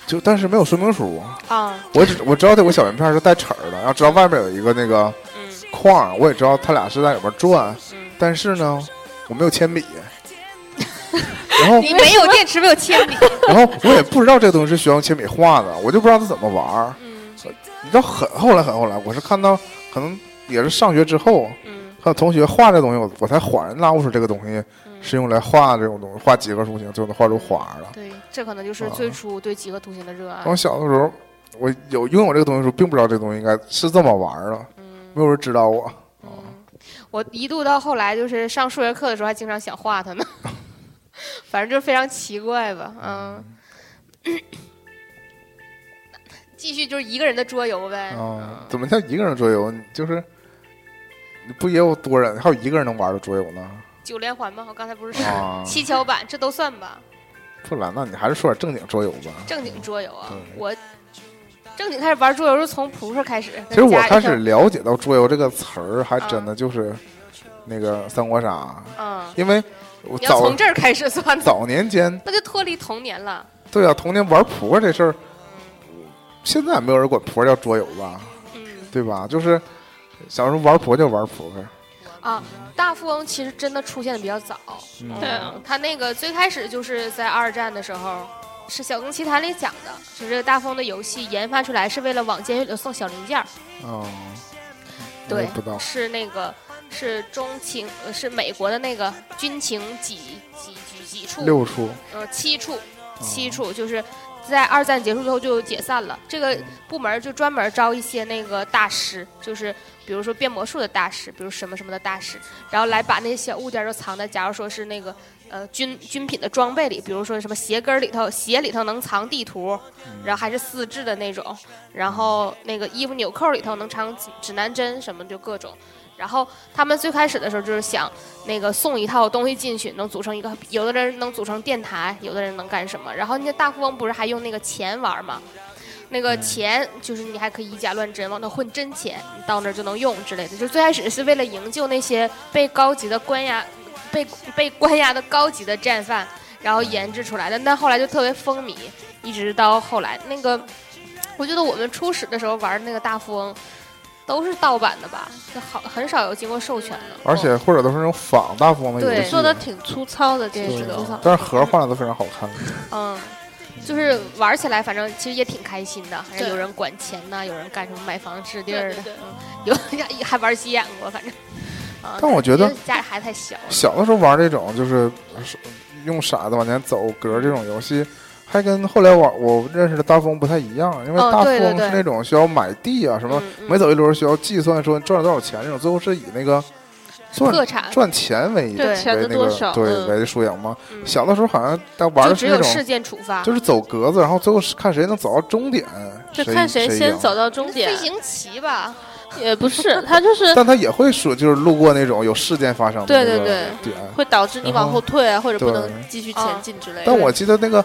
Speaker 2: 就但是没有说明书，
Speaker 3: 啊
Speaker 2: 我只我知道这个小圆片是带齿儿的，然后知道外面有一个那个
Speaker 3: 嗯
Speaker 2: 框儿，我也知道它俩是在里边转，
Speaker 3: 嗯，
Speaker 2: 但是呢，我没有铅 笔，然后
Speaker 3: 你没有电池，没有铅笔，
Speaker 2: 然后我也不知道这个东西是需要用铅笔画的，我就不知道它怎么玩儿。
Speaker 3: 嗯
Speaker 2: 你知道很后来很后来，我是看到可能也是上学之后，
Speaker 3: 嗯
Speaker 2: 看同学画这东西，我我才恍然大悟，是这个东西是用来画这种东西，画几何图形就能画出花儿的。
Speaker 3: 对，这可能
Speaker 2: 啊
Speaker 3: 就是最初对几何图形的热爱
Speaker 2: 我。小的时候，我有拥有这个东西的时候，并不知道这东西应该是这么玩儿的，没有人指导我。
Speaker 3: 我一度到后来就是上数学课的时候，还经常想画 它呢，反正就是非常奇怪吧，嗯。继续就是一个人的桌游呗，嗯
Speaker 2: 啊，怎么叫一个人桌游？你就是你不也有多人，还有一个人能玩的桌游呢？
Speaker 3: 九连环吗？我刚才不是说
Speaker 2: 啊，
Speaker 3: 七巧板，这都算吧？
Speaker 2: 不然那你还是说点正经桌游吧。
Speaker 3: 正经桌游啊
Speaker 2: 对，
Speaker 3: 我正经开始玩桌游是从扑克开始。
Speaker 2: 其实我
Speaker 3: 跟家
Speaker 2: 开
Speaker 3: 一块
Speaker 2: 始
Speaker 3: 儿，
Speaker 2: 了解到桌游这个词儿，还真的就是那个三国杀，
Speaker 3: 嗯，
Speaker 2: 因为我
Speaker 3: 你要
Speaker 2: 早
Speaker 3: 从这儿开始算的，
Speaker 2: 早年间，
Speaker 3: 那就脱离童年了。
Speaker 2: 对啊，童年玩扑克这事儿，现在没有人管扑克叫桌游吧，
Speaker 3: 嗯
Speaker 2: 对吧？就是小时候玩扑克就玩扑克，
Speaker 3: 啊，大富翁其实真的出现的比较早，
Speaker 2: 嗯
Speaker 4: 对啊
Speaker 3: 嗯，他那个最开始就是在二战的时候，是《小更奇谭》里讲的，就是这个大富翁的游戏研发出来是为了往监狱里送小零件儿，
Speaker 2: 嗯，我
Speaker 3: 对
Speaker 2: 也不知道，
Speaker 3: 是那个是中情，呃是美国的那个军情呃几几几几处
Speaker 2: 六嗯出，
Speaker 3: 呃七处，七处就是在二战结束之后就解散了。这个部门就专门招一些那个大师，就是比如说变魔术的大师，比如什么什么的大师，然后来把那些小物件都藏在，假如说是那个呃军军品的装备里，比如说什么鞋跟儿里头，鞋里头能藏地图，然后还是丝质的那种，然后那个衣服纽扣里头能藏指指南针什么，就各种。然后他们最开始的时候就是想那个送一套东西进去，能组成一个，有的人能组成电台，有的人能干什么。然后那大富翁不是还用那个钱玩吗？那个钱就是你还可以以假乱真，往那混真钱，你到那儿就能用之类的。就最开始是为了营救那些被高级的关押、被被关押的高级的战犯，然后研制出来的。但后来就特别风靡，一直到后来那个，我觉得我们初始的时候玩那个大富翁。都是盗版的吧，就好很少有经过授权的。
Speaker 2: 而且或者都是那种仿大富翁的游
Speaker 3: 对
Speaker 2: 戏，
Speaker 4: 做的挺粗糙嗯的，其
Speaker 3: 对
Speaker 4: 实
Speaker 3: 挺粗
Speaker 4: 都
Speaker 3: 糙。
Speaker 2: 但是盒画的都非常好看。
Speaker 3: 嗯，就是玩起来，反正其实也挺开心的，反正
Speaker 4: 对
Speaker 3: 有人管钱呐、有人干什么买房置地
Speaker 4: 对
Speaker 3: 儿
Speaker 4: 对
Speaker 3: 的，
Speaker 4: 对，
Speaker 3: 有还玩急眼过，反正。啊
Speaker 2: 但我觉得
Speaker 3: 家里孩子太小了，
Speaker 2: 小的时候玩这种就是用骰子往前走格这种游戏，还跟后来我我认识的大富翁不太一样，因为
Speaker 3: 哦
Speaker 2: 大富
Speaker 3: 对对
Speaker 2: 翁
Speaker 3: 对
Speaker 2: 是那种需要买地啊，什么
Speaker 3: 嗯嗯
Speaker 2: 每走一轮需要计算说赚了多少钱这种，最后是以那个
Speaker 3: 特
Speaker 2: 赚
Speaker 3: 产
Speaker 2: 赚钱为
Speaker 3: 对
Speaker 2: 为
Speaker 4: 钱
Speaker 2: 那
Speaker 4: 的
Speaker 2: 个
Speaker 4: 多少
Speaker 2: 对
Speaker 4: 嗯
Speaker 2: 为输赢嘛。
Speaker 3: 嗯
Speaker 2: 小的时候好像大玩
Speaker 3: 就
Speaker 2: 的
Speaker 3: 只
Speaker 2: 是那
Speaker 3: 有事
Speaker 2: 种
Speaker 3: 件处罚，
Speaker 2: 就是走格子，然后最后是看谁能走到终点，
Speaker 4: 就看
Speaker 2: 谁
Speaker 4: 谁先
Speaker 2: 赢
Speaker 4: 走。到终点啊
Speaker 3: 飞，行棋吧，
Speaker 4: 也不是，他就是
Speaker 2: 但他也会说，就是路过那种有事件发生的
Speaker 4: 对
Speaker 2: 那
Speaker 4: 对
Speaker 2: 个
Speaker 4: 对
Speaker 2: 点，
Speaker 4: 会导致你
Speaker 2: 然
Speaker 4: 往
Speaker 2: 后
Speaker 4: 后退啊，或者不
Speaker 2: 对
Speaker 4: 能继续
Speaker 3: 啊
Speaker 4: 前进之类的。
Speaker 2: 但我记得那个，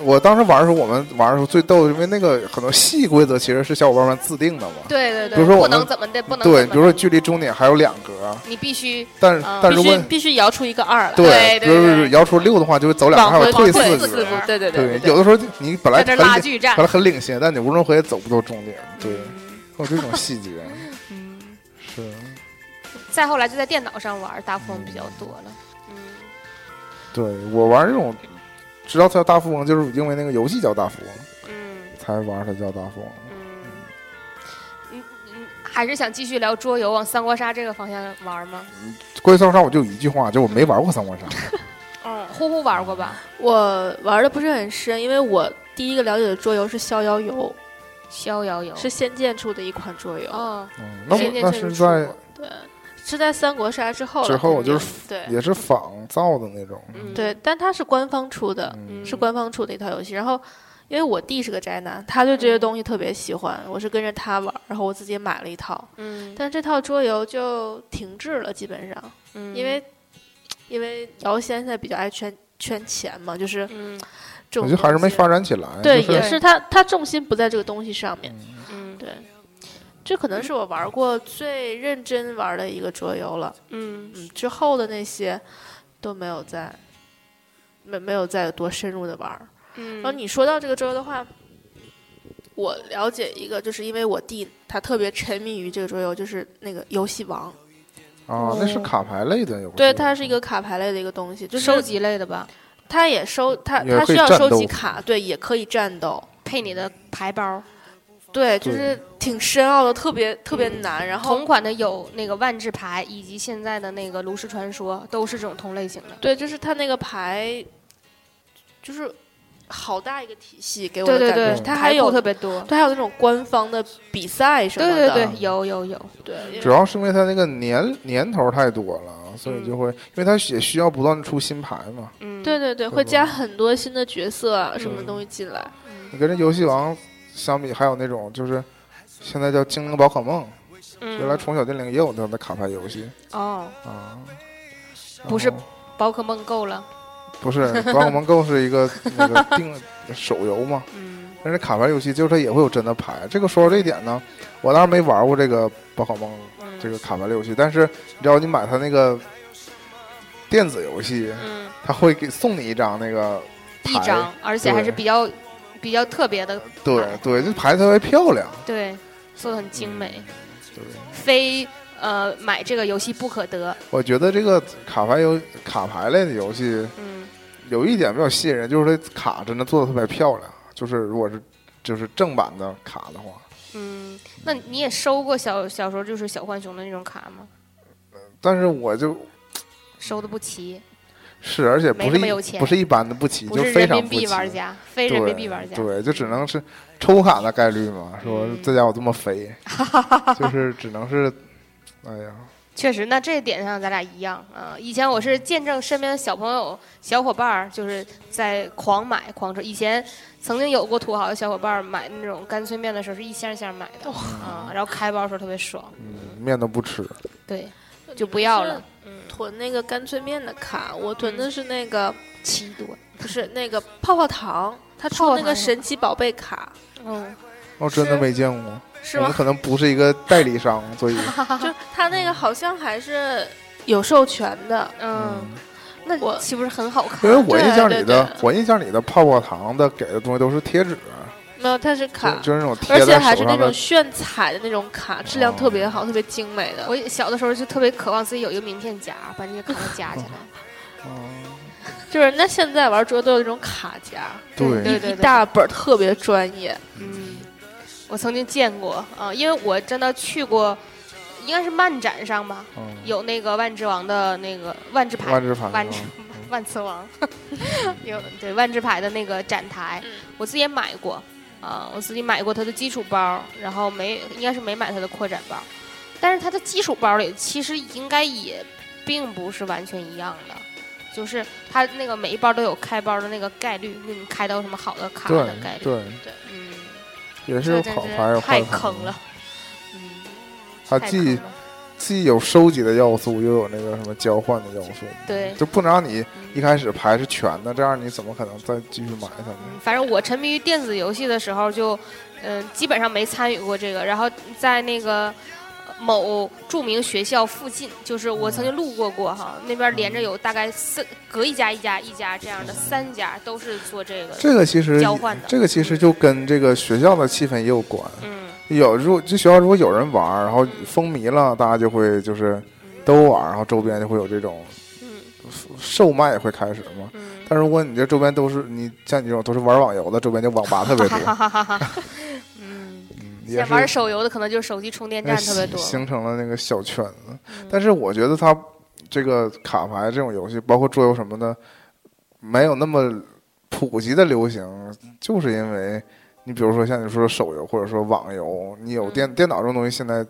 Speaker 2: 我当时玩的时候，我们玩的时候最逗，因为那个很多细规则其实是小伙伴们自定的嘛。
Speaker 3: 对对对，
Speaker 2: 比如说我
Speaker 3: 不
Speaker 2: 们
Speaker 3: 能怎么的，不能
Speaker 2: 对，
Speaker 3: 怎么
Speaker 2: 比如说距离终点还有两格，
Speaker 3: 你必须
Speaker 2: 但是、
Speaker 3: 嗯
Speaker 2: 但
Speaker 4: 必
Speaker 2: 如果
Speaker 4: 须必须摇出一个二来，
Speaker 3: 对对
Speaker 2: 比如
Speaker 3: 对
Speaker 2: 说摇出六的话，就会走两
Speaker 4: 往
Speaker 2: 格，还
Speaker 4: 回
Speaker 2: 有退四
Speaker 4: 往回
Speaker 2: 格。
Speaker 4: 四步，对对对
Speaker 2: 有的时候你本来
Speaker 3: 在这
Speaker 2: 很
Speaker 3: 拉
Speaker 2: 领
Speaker 3: 锯战
Speaker 2: 本来，很领先，但你无论如何也走不到终点。对，会有这种细节。
Speaker 3: 嗯，
Speaker 2: 是，
Speaker 3: 再后来就在电脑上玩大富翁比较多了，嗯，
Speaker 2: 对我玩这种，知道它叫大富翁，就是因为那个游戏叫大富翁，
Speaker 3: 嗯
Speaker 2: 才玩它叫大富翁。
Speaker 3: 嗯嗯嗯，还是想继续聊桌游，往三国杀这个方向玩吗？
Speaker 2: 关于三国杀，我就一句话，就我没玩过三国杀。
Speaker 3: 嗯，呼呼玩过吧？
Speaker 4: 我玩的不是很深，因为我第一个了解的桌游是逍遥游，
Speaker 3: 逍遥游
Speaker 4: 嗯是仙剑出的一款桌游。
Speaker 3: 哦，
Speaker 2: 嗯，那
Speaker 3: 仙
Speaker 2: 我
Speaker 3: 剑
Speaker 2: 那
Speaker 3: 确实
Speaker 2: 是
Speaker 3: 出
Speaker 2: 在
Speaker 3: 过
Speaker 4: 对，是在三国杀之后了
Speaker 2: 之后
Speaker 4: 肯
Speaker 2: 就
Speaker 4: 定
Speaker 2: 是
Speaker 4: 对
Speaker 2: 也是仿造的那种。
Speaker 3: 嗯
Speaker 4: 对，但它是官方出的，
Speaker 2: 嗯
Speaker 4: 是官方出的一套游戏。然后，因为我弟是个宅男，他对这些东西特别喜欢，我是跟着他玩儿，然后我自己也买了一套，
Speaker 3: 嗯，
Speaker 4: 但这套桌游就停滞了，基本上，
Speaker 3: 嗯
Speaker 4: 因为因为姚先现在比较爱圈圈钱嘛，就是
Speaker 3: 嗯
Speaker 4: 这
Speaker 2: 我
Speaker 4: 种
Speaker 2: 觉得还是没
Speaker 4: 东西
Speaker 2: 发展起来。
Speaker 4: 对，
Speaker 2: 就是
Speaker 4: 也是他他重心不在这个东西上面，
Speaker 3: 嗯
Speaker 4: 对。这可能是我玩过最认真玩的一个桌游了，
Speaker 3: 嗯
Speaker 4: 嗯，之后的那些都没有再没没有再多深入的玩儿。
Speaker 3: 嗯，
Speaker 4: 然后你说到这个桌游的话，我了解一个，就是因为我弟他特别沉迷于这个桌游，就是那个游戏王，
Speaker 2: 啊，那是卡牌类的游戏。
Speaker 4: 嗯对，它是一个卡牌类的一个东西，就是
Speaker 3: 收集类的吧，
Speaker 4: 他也收他
Speaker 2: 也可
Speaker 4: 他需
Speaker 2: 以
Speaker 4: 要
Speaker 2: 战
Speaker 4: 收集
Speaker 2: 斗
Speaker 4: 卡，对，也可以战斗，
Speaker 3: 配你的牌包。
Speaker 4: 对，就
Speaker 2: 对
Speaker 4: 是挺深奥的，特别特别难。然
Speaker 3: 同
Speaker 4: 后
Speaker 3: 款的有那个万智牌，以及现在的那个炉石传说，都是这种同类型的。
Speaker 4: 对，就是他那个牌，就是好大一个体系给我
Speaker 3: 对
Speaker 4: 的
Speaker 3: 对
Speaker 4: 感觉，
Speaker 3: 对，
Speaker 4: 他
Speaker 3: 牌
Speaker 4: 还
Speaker 3: 库
Speaker 4: 有
Speaker 3: 特别多。
Speaker 4: 他还有那种官方的比赛什么
Speaker 3: 对对
Speaker 4: 的，
Speaker 3: 对，有有有，
Speaker 4: 对
Speaker 2: 主要是因为它那个年年头太多了，所以
Speaker 4: 嗯
Speaker 2: 就会，因为它也需要不断地出新牌嘛。
Speaker 3: 嗯，
Speaker 4: 对对对，
Speaker 2: 吧
Speaker 4: 会加很多新的角色啊，什么
Speaker 2: 嗯
Speaker 4: 东西进来。
Speaker 2: 你跟这游戏王相比，还有那种就是现在叫精灵宝可梦，
Speaker 3: 嗯，
Speaker 2: 原来宠小精灵也有那样的卡牌游戏
Speaker 3: 哦，
Speaker 2: 啊。然
Speaker 3: 不是
Speaker 2: 后
Speaker 3: 宝可梦够了，
Speaker 2: 不是， 宝可梦 Go 是一个那个定手游嘛，
Speaker 3: 嗯
Speaker 2: 但是卡牌游戏就是它也会有真的牌。这个说到这一点呢，我当然没玩过这个宝可梦
Speaker 3: 嗯
Speaker 2: 这个卡牌类游戏，但是你知道你买它那个电子游戏，
Speaker 3: 嗯，
Speaker 2: 它会给送你一张那个
Speaker 3: 一
Speaker 2: 牌
Speaker 3: 张，而且还是
Speaker 2: 对
Speaker 3: 比较比较特别的，
Speaker 2: 对对，这牌特别漂亮，
Speaker 3: 对，做的很精美，
Speaker 2: 嗯对，
Speaker 3: 非呃买这个游戏不可得，
Speaker 2: 我觉得这个卡牌游卡牌类的游戏
Speaker 3: 嗯
Speaker 2: 有一点比较吸引人，就是它卡真的做的特别漂亮。就是如果是就是正版的卡的话，
Speaker 3: 嗯，那你也收过小小时候就是小浣熊的那种卡吗？
Speaker 2: 但是我就
Speaker 3: 收的不齐，
Speaker 2: 是，而且
Speaker 3: 没
Speaker 2: 不
Speaker 3: 那
Speaker 2: 是
Speaker 3: 么
Speaker 2: 一
Speaker 3: 有钱
Speaker 2: 不是一般的不齐，
Speaker 3: 不
Speaker 2: 就是非
Speaker 3: 人
Speaker 2: 常
Speaker 3: 民
Speaker 2: 不
Speaker 3: 币
Speaker 2: 齐。
Speaker 3: 玩家，非人民币玩家，
Speaker 2: 对，就只能是抽卡的概率嘛。说
Speaker 3: 嗯
Speaker 2: 这家伙这么 肥，就是只能是，哎呀，
Speaker 3: 确实，那这一点上咱俩一样啊、以前我是见证身边的小朋友、小伙伴儿，就是在狂买狂抽。以前曾经有过土豪的小伙伴儿买那种干脆面的时候，是一箱一箱买的啊、然后开包的时候特别爽。
Speaker 2: 嗯，面都不吃。
Speaker 3: 对，就不要了。嗯
Speaker 4: 囤那个干脆面的卡，我囤的是那个、
Speaker 3: 七多，
Speaker 4: 不是那个泡泡糖，它
Speaker 3: 泡
Speaker 4: 出
Speaker 3: 泡
Speaker 4: 那个
Speaker 3: 糖是
Speaker 4: 神奇宝贝卡，
Speaker 3: 嗯，
Speaker 2: 我哦真的
Speaker 4: 是
Speaker 2: 没见过，
Speaker 3: 是
Speaker 2: 我们
Speaker 3: 吗？
Speaker 2: 可能不是一个代理商，所 以
Speaker 4: 就是它那个好像还是有授权的。
Speaker 3: 嗯，
Speaker 2: 嗯，
Speaker 3: 那
Speaker 4: 我
Speaker 3: 岂不是很好看
Speaker 2: 因为？我印象
Speaker 4: 对
Speaker 2: 里
Speaker 4: 对
Speaker 2: 的我印象里的泡泡糖的给的东西都是贴纸，啊
Speaker 4: 没有，它是
Speaker 2: 就
Speaker 4: 卡，
Speaker 2: 就是那种
Speaker 4: 而
Speaker 2: 贴
Speaker 4: 且
Speaker 2: 在
Speaker 4: 还
Speaker 2: 手
Speaker 4: 是那
Speaker 2: 上
Speaker 4: 种
Speaker 2: 的。哦
Speaker 4: 炫彩的那种卡，质量特别好，特别精美的。
Speaker 3: 我小的时候就特别渴望自己有一个名片夹，把这些卡都夹起来。
Speaker 2: 嗯
Speaker 4: 就是那现在玩桌游都有那种卡夹，
Speaker 2: 对
Speaker 3: 对对
Speaker 4: 一
Speaker 3: 对，
Speaker 4: 大本儿特别专业。
Speaker 3: 嗯，我曾经见过啊、因为我真的去过，应该是漫展上吧，
Speaker 2: 嗯
Speaker 3: 有那个万智王的那个万智牌，
Speaker 2: 万智牌
Speaker 3: 万
Speaker 2: 是
Speaker 3: 智
Speaker 2: 吧
Speaker 3: 万磁王， 有对万智牌的那个展台，我自己也买过啊、我自己买过它的基础包，然后没应该是没买它的扩展包，但是它的基础包里其实应该也并不是完全一样的。就是它那个每一包都有开包的那个概率，给你开到什么好的卡的概
Speaker 2: 对
Speaker 3: 率。
Speaker 2: 对，
Speaker 3: 嗯，
Speaker 2: 也是
Speaker 3: 这
Speaker 2: 有
Speaker 3: 真
Speaker 2: 好
Speaker 3: 是
Speaker 2: 牌有
Speaker 3: 太
Speaker 2: 坏牌
Speaker 3: 坑
Speaker 2: 的
Speaker 3: 了，，嗯，
Speaker 2: 它
Speaker 3: 太
Speaker 2: 既
Speaker 3: 坑了，
Speaker 2: 既有收集的要素，又有那个什么交换的要素，
Speaker 3: 对，
Speaker 2: 就不能让你一
Speaker 3: 嗯
Speaker 2: 开始牌是全的，这样你怎么可能再继续买它呢？
Speaker 3: 嗯反正我沉迷于电子游戏的时候就，嗯、基本上没参与过这个。然后在那个呃某著名学校附近，就是我曾经路过过哈，那边连着有大概四隔一家一家一家这样的三家都是做这个的，
Speaker 2: 这个其实
Speaker 3: 交换的
Speaker 2: 这个其实就跟这个学校的气氛也有关。
Speaker 3: 嗯
Speaker 2: 有如果这学校如果有人玩儿，然后风靡了，大家就会就是都玩儿，然后周边就会有这种
Speaker 3: 嗯
Speaker 2: 售卖也会开始嘛。
Speaker 3: 嗯，
Speaker 2: 但如果你这周边都是你像你这种都是玩网游的，周边就网吧特别多，
Speaker 3: 哈哈哈哈哈，嗯，
Speaker 2: 嗯
Speaker 3: 现在
Speaker 2: 也是哎
Speaker 3: 玩手游的可能就是手机充电站特别
Speaker 2: 形
Speaker 3: 多，嗯
Speaker 2: 形成了那个小圈子。但是我觉得它这个卡牌这种游戏，包括桌游什么的，没有那么普及的流行，就是因为你比如说像你说的手
Speaker 3: 嗯
Speaker 2: 游或者说网游，你有电、电脑这种东西，现在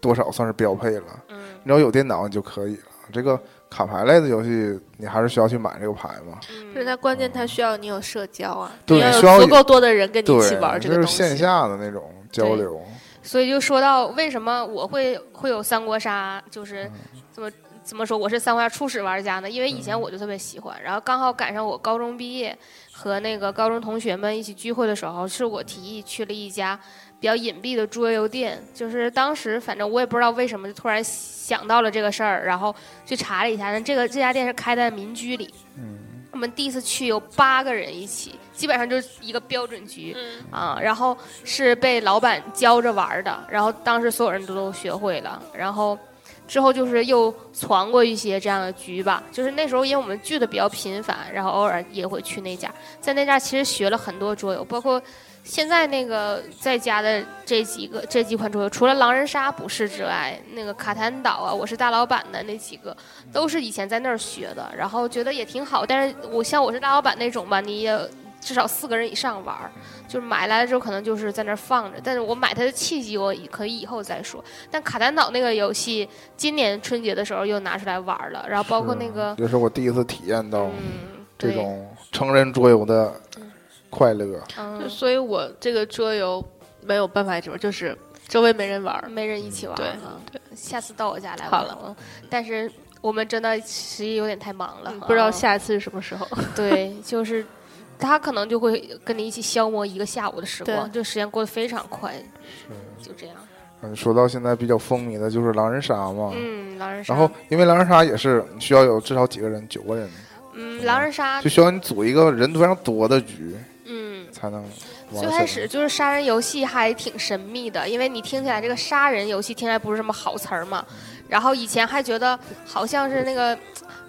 Speaker 2: 多少算是标配了。
Speaker 3: 嗯
Speaker 2: 你要有电脑你就可以了。这个卡牌类的游戏，你还是需要去买这个牌嘛？
Speaker 3: 嗯
Speaker 4: 是它关键它需要你有社交啊，
Speaker 2: 哦对
Speaker 4: 你要有
Speaker 2: 需要
Speaker 4: 足够多的人跟你一起玩
Speaker 2: 对，
Speaker 4: 这
Speaker 2: 就是
Speaker 4: 个东西。
Speaker 2: 线下的那种交流。
Speaker 3: 所以就说到为什么我会会有三国杀，就是怎么怎么说我是三国杀初始玩家呢？因为以前我就特别喜欢，然后刚好赶上我高中毕业和那个高中同学们一起聚会的时候，是我提议去了一家比较隐蔽的桌游店，就是当时反正我也不知道为什么就突然想到了这个事儿，然后去查了一下，那这个这家店是开在民居里。我们第一次去有八个人一起，基本上就是一个标准局，
Speaker 4: 嗯
Speaker 3: 啊，然后是被老板教着玩儿的，然后当时所有人都都学会了，然后之后就是又传过一些这样的局吧，就是那时候因为我们聚的比较频繁，然后偶尔也会去那家，在那家其实学了很多桌游，包括现在那个在家的这几个这几款桌游，除了狼人杀不是之外，那个卡坦岛啊，我是大老板的那几个，都是以前在那儿学的，然后觉得也挺好，但是我像我是大老板那种吧，你也至少四个人以上玩儿。就是买来了之后可能就是在那儿放着，但是我买它的契机我以可以以后再说。但卡坦岛那个游戏，今年春节的时候又拿出来玩儿了，然后包括那个
Speaker 2: 是，也是我第一次体验到
Speaker 3: 嗯，
Speaker 2: 这
Speaker 3: 对，
Speaker 2: 种成人桌游的快乐。
Speaker 3: 嗯，
Speaker 4: 所以我这个桌游没有办法一直玩，就是周围没人玩儿。
Speaker 3: 没人一起玩儿，
Speaker 4: 对
Speaker 3: 嗯下次到我家来玩
Speaker 4: 好
Speaker 3: 儿
Speaker 4: 了
Speaker 3: 嗯但是我们真的实际有点太忙了，
Speaker 4: 嗯不知道
Speaker 3: 嗯
Speaker 4: 下一次是什么时候。
Speaker 3: 对，就是他可能就会跟你一起消磨一个下午的时光，这时间过得非常快，就这样。
Speaker 2: 嗯，说到现在比较风靡的就是狼人杀嘛。
Speaker 3: 嗯，狼人杀，
Speaker 2: 哦然后，因为狼人杀也是需要有至少几个人，九个人，
Speaker 3: 嗯，狼人杀
Speaker 2: 就，需要你组一个人非常多的局
Speaker 3: 嗯，
Speaker 2: 才能玩。
Speaker 3: 最开始，就是杀人游戏还挺神秘的，因为你听起来这个杀人游戏听起来不是什么好词儿嘛。然后以前还觉得好像是那个，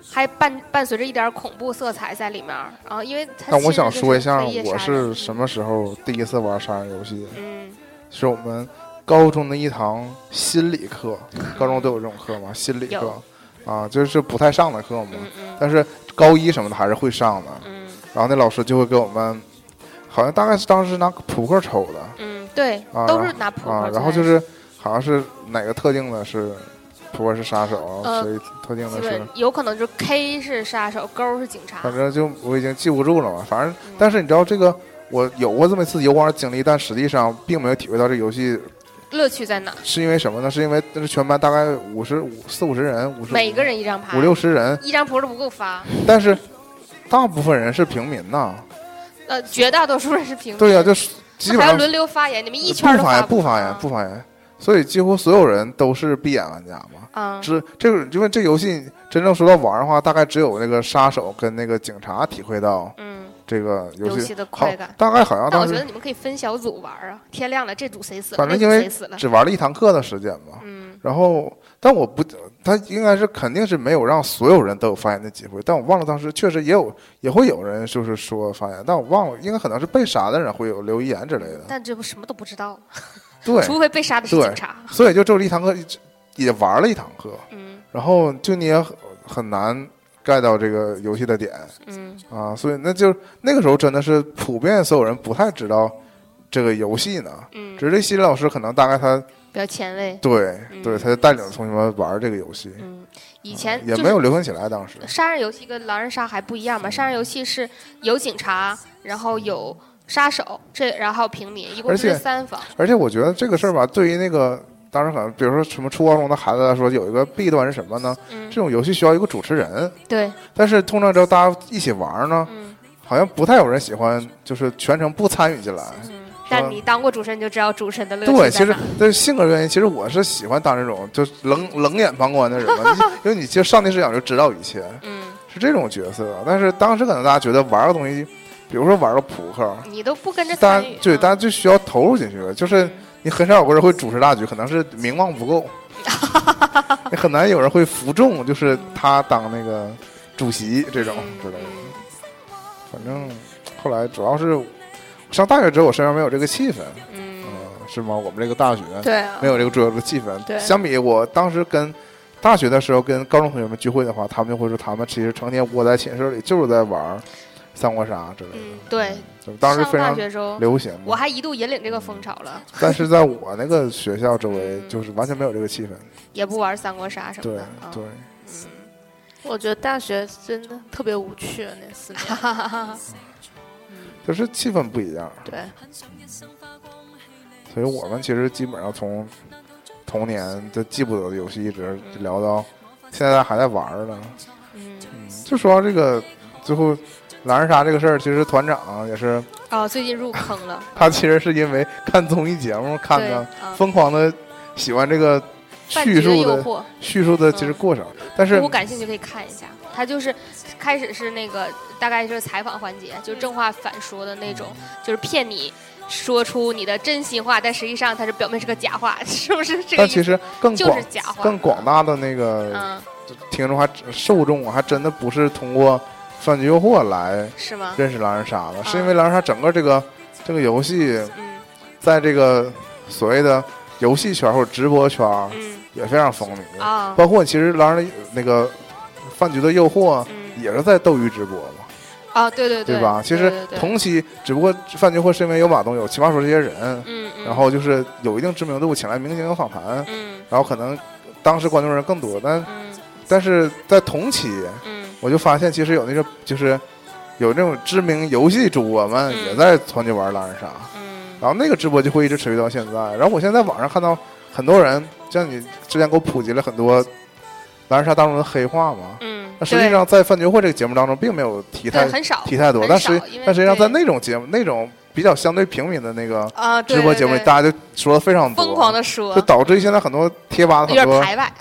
Speaker 3: 还伴伴随着一点恐怖色彩在里面儿啊，因为它
Speaker 2: 但我
Speaker 3: 其实
Speaker 2: 想
Speaker 3: 就
Speaker 2: 说一
Speaker 3: 是
Speaker 2: 下，
Speaker 3: 黑夜
Speaker 2: 我
Speaker 3: 杀
Speaker 2: 是
Speaker 3: 人
Speaker 2: 什？么时候第一次玩杀人游戏？
Speaker 3: 嗯，
Speaker 2: 是我们高中的一堂心理课，高中都有这种课吗？心理课
Speaker 3: 有
Speaker 2: 啊，就是不太上的课嘛。
Speaker 3: 嗯嗯
Speaker 2: 但是高一什么的还是会上的。
Speaker 3: 嗯
Speaker 2: 然后那老师就会给我们，好像大概是当时拿扑克抽的，
Speaker 3: 嗯，对，
Speaker 2: 啊
Speaker 3: 都是拿扑克
Speaker 2: 啊，
Speaker 3: 最
Speaker 2: 然后
Speaker 3: 开
Speaker 2: 就
Speaker 3: 始
Speaker 2: 是好像是哪个特定的是扑克是杀手，
Speaker 3: 呃
Speaker 2: 谁特定的
Speaker 3: 基
Speaker 2: 是
Speaker 3: 本，有可能就是 K 是杀手，勾是警察。
Speaker 2: 反正就我已经记不住了嘛。反正，
Speaker 3: 嗯
Speaker 2: 但是你知道这个，我有过这么一次游玩经历，但实际上并没有体会到这游戏
Speaker 3: 乐趣在哪？
Speaker 2: 是因为什么呢？是因为那是全班大概五十五四五十人，五十
Speaker 3: 每个人一张牌，
Speaker 2: 五六十人，
Speaker 3: 一张扑克不够发。
Speaker 2: 但是大部分人是平民呐。
Speaker 3: 呃，绝大多数人是平民。
Speaker 2: 对呀、 就是基
Speaker 3: 那
Speaker 2: 本
Speaker 3: 还要
Speaker 2: 上
Speaker 3: 轮流发言，你们一圈儿
Speaker 2: 不
Speaker 3: 都
Speaker 2: 发言，
Speaker 3: 不啊
Speaker 2: 不发言，不发言，所以几乎所有人都是闭眼玩家嘛。
Speaker 3: 啊，
Speaker 2: 只这个，因为这游戏真正说到玩的话，大概只有那个杀手跟那个警察体会到
Speaker 3: 嗯，
Speaker 2: 这个游
Speaker 3: 游
Speaker 2: 戏
Speaker 3: 戏的
Speaker 2: 好
Speaker 3: 快感，。
Speaker 2: 大概好像
Speaker 3: 但我
Speaker 2: 当
Speaker 3: 觉得
Speaker 2: 时
Speaker 3: 你们可以分小组玩儿啊，天亮了这组谁死了，
Speaker 2: 反
Speaker 3: 那
Speaker 2: 正
Speaker 3: 组
Speaker 2: 因为
Speaker 3: 谁死了，
Speaker 2: 只玩了一堂课的时间嘛。
Speaker 3: 嗯
Speaker 2: 然后，但我不，他应该是肯定是没有让所有人都有发言的机会，但我忘了当时确实也有也会有人就是说发言，但我忘了，应该可能是被杀的人会有留言之类的。
Speaker 3: 但这不什么都不知道，
Speaker 2: 嗯对，
Speaker 3: 除非被杀的是
Speaker 2: 对
Speaker 3: 警察，
Speaker 2: 所以就只有一堂课也玩了一堂课，
Speaker 3: 嗯
Speaker 2: 然后就你也很很难 get 到这个游戏的点
Speaker 3: 嗯
Speaker 2: 啊，所以那就那个时候真的是普遍所有人不太知道这个游戏呢，
Speaker 3: 嗯，
Speaker 2: 只是这心理老师可能大概他
Speaker 3: 比较前卫，
Speaker 2: 对
Speaker 3: 嗯
Speaker 2: 对，他就带领同学们玩这个游戏，
Speaker 3: 嗯，以前
Speaker 2: 也
Speaker 3: 就
Speaker 2: 没
Speaker 3: 是
Speaker 2: 有流行起来当时。
Speaker 3: 杀人游戏跟狼人杀还不一样嘛，杀人游戏是有警察，然后有杀手，这然后还有平民，一共
Speaker 2: 而且
Speaker 3: 是三方，
Speaker 2: 而且我觉得这个事儿吧，对于那个当时可能比如说什么初高中的孩子来说，有一个弊端是什么呢？
Speaker 3: 嗯
Speaker 2: 这，种游戏需要一个主持人，
Speaker 3: 对，
Speaker 2: 但是通常只要大家一起玩儿呢，
Speaker 3: 嗯
Speaker 2: 好像不太有人喜欢，就是全程不参与进来。
Speaker 3: 嗯，但你当过主持人就知道主持人的乐
Speaker 2: 对，
Speaker 3: 趣
Speaker 2: 其
Speaker 3: 在
Speaker 2: 实
Speaker 3: 哪。
Speaker 2: 但是性格原因，其实我是喜欢当这种就是冷冷眼旁观的人嘛， 因为你就上帝视角就知道一切，
Speaker 3: 嗯，
Speaker 2: 是这种角色。但是当时可能大家觉得玩个东西，比如说玩个扑克，
Speaker 3: 你都不跟着
Speaker 2: 大
Speaker 3: 参
Speaker 2: 家
Speaker 3: 与，
Speaker 2: 对
Speaker 3: 嗯
Speaker 2: 大家就需要投入进去，就是你很少有个人会主持大局，可能是名望不够，你很难有人会服众，就是他当那个主席这
Speaker 3: 嗯
Speaker 2: 种之类的。反正后来主要是上大学之后，我身上没有这个气氛，
Speaker 3: 嗯
Speaker 2: 嗯、是吗？我们这个大学
Speaker 4: 对啊
Speaker 2: 没有这个桌游的气氛。
Speaker 4: 对
Speaker 2: 相比我当时跟大学的时候跟高中同学们聚会的话，他们就会说他们其实成天窝在寝室里就是在玩儿，三国杀之类的。
Speaker 3: 嗯，对，
Speaker 2: 就当时
Speaker 3: 上
Speaker 2: 非
Speaker 3: 大
Speaker 2: 常
Speaker 3: 学时候，
Speaker 2: 流行嘛。
Speaker 3: 我还一度引领这个风潮了，
Speaker 2: 但是在我那个学校周围，就是完全没有这个气氛。
Speaker 3: 也不玩三国杀什么
Speaker 2: 对
Speaker 3: 嗯的。啊
Speaker 2: 对，
Speaker 4: 我觉得大学真的特别无趣，啊那 四年。
Speaker 2: 就是气氛不一样。
Speaker 4: 对，
Speaker 2: 所以我们其实基本上从童年就记不得的游戏，一直聊到现在还在玩儿呢。
Speaker 3: 嗯，
Speaker 2: 就说这个最后狼人杀这个事儿，其实团长也是
Speaker 3: 哦，最近入坑了，
Speaker 2: 他，其实是因为看综艺节目 看
Speaker 3: 对，
Speaker 2: 的，
Speaker 3: 啊，
Speaker 2: 疯狂的喜欢这个
Speaker 3: 饭
Speaker 2: 叙
Speaker 3: 局的
Speaker 2: 述
Speaker 3: 诱
Speaker 2: 的
Speaker 3: 惑，
Speaker 2: 叙述的其实过程，但是
Speaker 3: 如果感兴趣可以看一下。他就是开始是那个大概就是采访环节，就是正话反说的那种，
Speaker 2: 嗯
Speaker 3: 就是骗你说出你的真心话，但实际上它是表面是个假话， 是不是这个
Speaker 2: 但
Speaker 3: 意
Speaker 2: 其
Speaker 3: 思？
Speaker 2: 实更
Speaker 3: 就是
Speaker 2: 广
Speaker 3: 假话，
Speaker 2: 更广大的那个
Speaker 3: 嗯，
Speaker 2: 听众还受众啊还真的不是通过饭局诱惑来
Speaker 3: 是吗？
Speaker 2: 认识狼人杀的，是因为狼人杀整个这个这个游戏
Speaker 3: 嗯
Speaker 2: 在这个所谓的游戏圈或者直播圈
Speaker 3: 嗯
Speaker 2: 也非常风靡。
Speaker 3: 啊
Speaker 2: 包括其实狼人那个饭局的诱惑
Speaker 3: 嗯
Speaker 2: 也是在斗鱼直播嘛，
Speaker 3: 啊，对对
Speaker 2: 对吧？其实
Speaker 3: 对对对
Speaker 2: 同期，只不过饭局会是因为有马东有奇葩说这些人，
Speaker 3: 嗯嗯，
Speaker 2: 然后就是有一定知名度，请来明星访谈，
Speaker 3: 嗯
Speaker 2: 然后可能当时关注人更多，但
Speaker 3: 嗯
Speaker 2: 但是在同期，
Speaker 3: 嗯
Speaker 2: 我就发现其实有那种就是有那种知名游戏主播们
Speaker 3: 嗯
Speaker 2: 也在团结玩狼人杀，
Speaker 3: 嗯
Speaker 2: 然后那个直播就会一直持续到现在。然后我现在网上看到很多人，像你之前给我普及了很多狼人杀当中的黑话嘛，
Speaker 3: 嗯，
Speaker 2: 那实际上在饭局会这个节目当中并没有提
Speaker 3: 对
Speaker 2: 太
Speaker 3: 对很少
Speaker 2: 提太多，
Speaker 3: 很
Speaker 2: 但实
Speaker 3: 少因为
Speaker 2: 但实际上
Speaker 3: 对
Speaker 2: 在那种节目那种比较相对平民的那个
Speaker 3: 啊，对
Speaker 2: 直播节目里，
Speaker 3: 对对
Speaker 2: 大家就说的非常多，
Speaker 3: 疯狂的说
Speaker 2: 就，导致于现在很多贴吧
Speaker 3: 有
Speaker 2: 很
Speaker 3: 点
Speaker 2: 多
Speaker 3: 排外，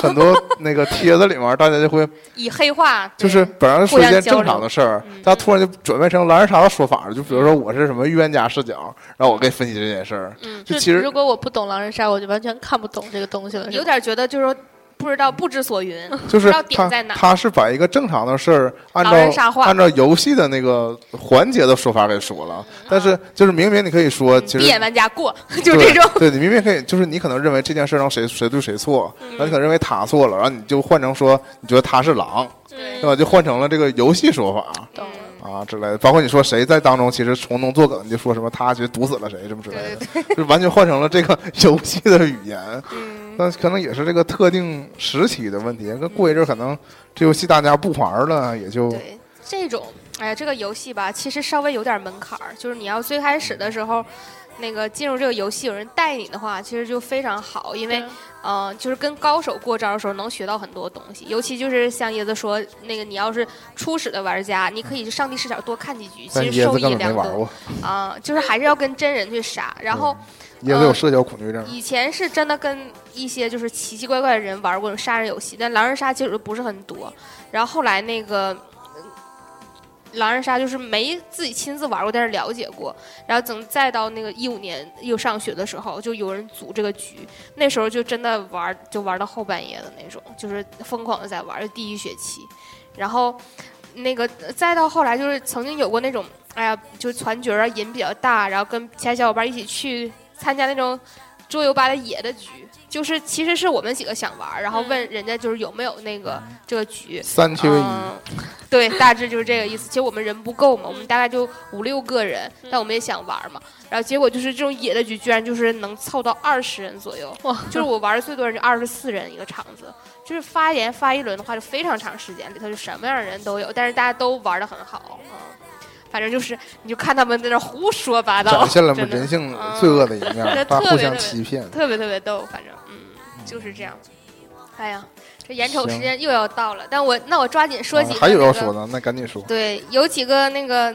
Speaker 2: 很多那个帖子里面，大家就会
Speaker 3: 以黑化
Speaker 2: 就是
Speaker 3: 对
Speaker 2: 本来是说一
Speaker 3: 互相
Speaker 2: 件
Speaker 3: 交流
Speaker 2: 正常的事儿
Speaker 3: 嗯，
Speaker 2: 大家突然就转变成狼人杀的说法了。就比如说我是什么预言家视角，然后我给你分析这件事儿，
Speaker 3: 嗯
Speaker 2: 就其实
Speaker 4: 如果我不懂狼人杀，我就完全看不懂这个东西了。
Speaker 3: 有点觉得就是说不知道不知所 云，
Speaker 2: 就
Speaker 3: 不
Speaker 2: 是
Speaker 3: 知道点
Speaker 2: 他
Speaker 3: 在哪儿
Speaker 2: 他是把一个正常的事儿按
Speaker 3: 狼人杀
Speaker 2: 照
Speaker 3: 化
Speaker 2: 按照游戏的那个环节的说法给说了，
Speaker 3: 嗯
Speaker 2: 但
Speaker 3: 啊
Speaker 2: 是就是明明你可以说其
Speaker 3: 闭
Speaker 2: 实
Speaker 3: 眼。玩家过， 就是这种。
Speaker 2: 对，对你明明可以，就是你可能认为这件事儿让谁谁对谁错，
Speaker 3: 嗯
Speaker 2: 然后你可能认为他错了，然后你就换成说你觉得他是狼，对
Speaker 3: 嗯
Speaker 2: 吧？就换成了这个游戏说法
Speaker 4: 懂了。
Speaker 2: 啊之类的。包括你说谁在当中其实从中作梗，你就说什么他其实毒死了谁什么之类的， 就完全换成了这个游戏的语言。
Speaker 3: 嗯
Speaker 2: 但可能也是这个特定时期的问题，跟过一阵儿可能这游戏大家不玩儿了，也就
Speaker 3: 对，这种，哎呀，这个游戏吧，其实稍微有点门槛儿，就是你要最开始的时候，那个进入这个游戏有人带你的话，其实就非常好，因为
Speaker 4: 对，
Speaker 3: 呃，就是跟高手过招的时候能学到很多东西，尤其就是像椰子说，那个你要是初始的玩家，你可以上帝视角多看几局，
Speaker 2: 但
Speaker 3: 其实
Speaker 2: 椰
Speaker 3: 受
Speaker 2: 子
Speaker 3: 益
Speaker 2: 根本没
Speaker 3: 良
Speaker 2: 玩
Speaker 3: 多
Speaker 2: 过，
Speaker 3: 啊、就是还是要跟真人去杀，然后。
Speaker 2: 椰子
Speaker 3: 嗯
Speaker 2: 有社交恐惧症。
Speaker 3: 以前是真的跟一些就是奇奇怪怪的人玩过杀人游戏，但狼人杀接触的不是很多。然后后来那个呃狼人杀就是没自己亲自玩过，但是了解过。然后等再到那个一五年又上学的时候，就有人组这个局，那时候就真的玩，就玩到后半夜的那种，就是疯狂的在玩，就第一学期。然后那个再到后来，就是曾经有过那种，哎呀，就团局啊，瘾比较大，然后跟其他小伙伴一起去参加那种桌游吧的野的局，就是其实是我们几个想玩，然后问人家就是有没有那个这个局。
Speaker 2: 三缺一，
Speaker 3: 嗯，对，大致就是这个意思。其实我们人不够嘛，我们大概就五六个人，但我们也想玩嘛。然后结果就是这种野的局，居然就是能凑到二十人左右。
Speaker 4: 哇，
Speaker 3: 就是我玩的最多人就二十四人一个场子，就是发言发一轮的话就非常长时间，里头就什么样的人都有，但是大家都玩的很好，嗯，反正就是你就看他们在那胡说八道
Speaker 2: 展，现了我们
Speaker 3: 真的
Speaker 2: 人性
Speaker 3: 嗯
Speaker 2: 罪恶的一面
Speaker 3: 这，
Speaker 2: 大家
Speaker 3: 特
Speaker 2: 互相
Speaker 3: 别特别
Speaker 2: 欺骗。
Speaker 3: 特别特别逗，反正嗯就是这样。哎呀，这眼瞅时
Speaker 2: 行
Speaker 3: 间又要到了，但我那我抓紧说
Speaker 2: 啊
Speaker 3: 几个、
Speaker 2: 还有
Speaker 3: 那
Speaker 2: 要
Speaker 3: 个
Speaker 2: 说的，那赶紧说。
Speaker 3: 对，有几个那个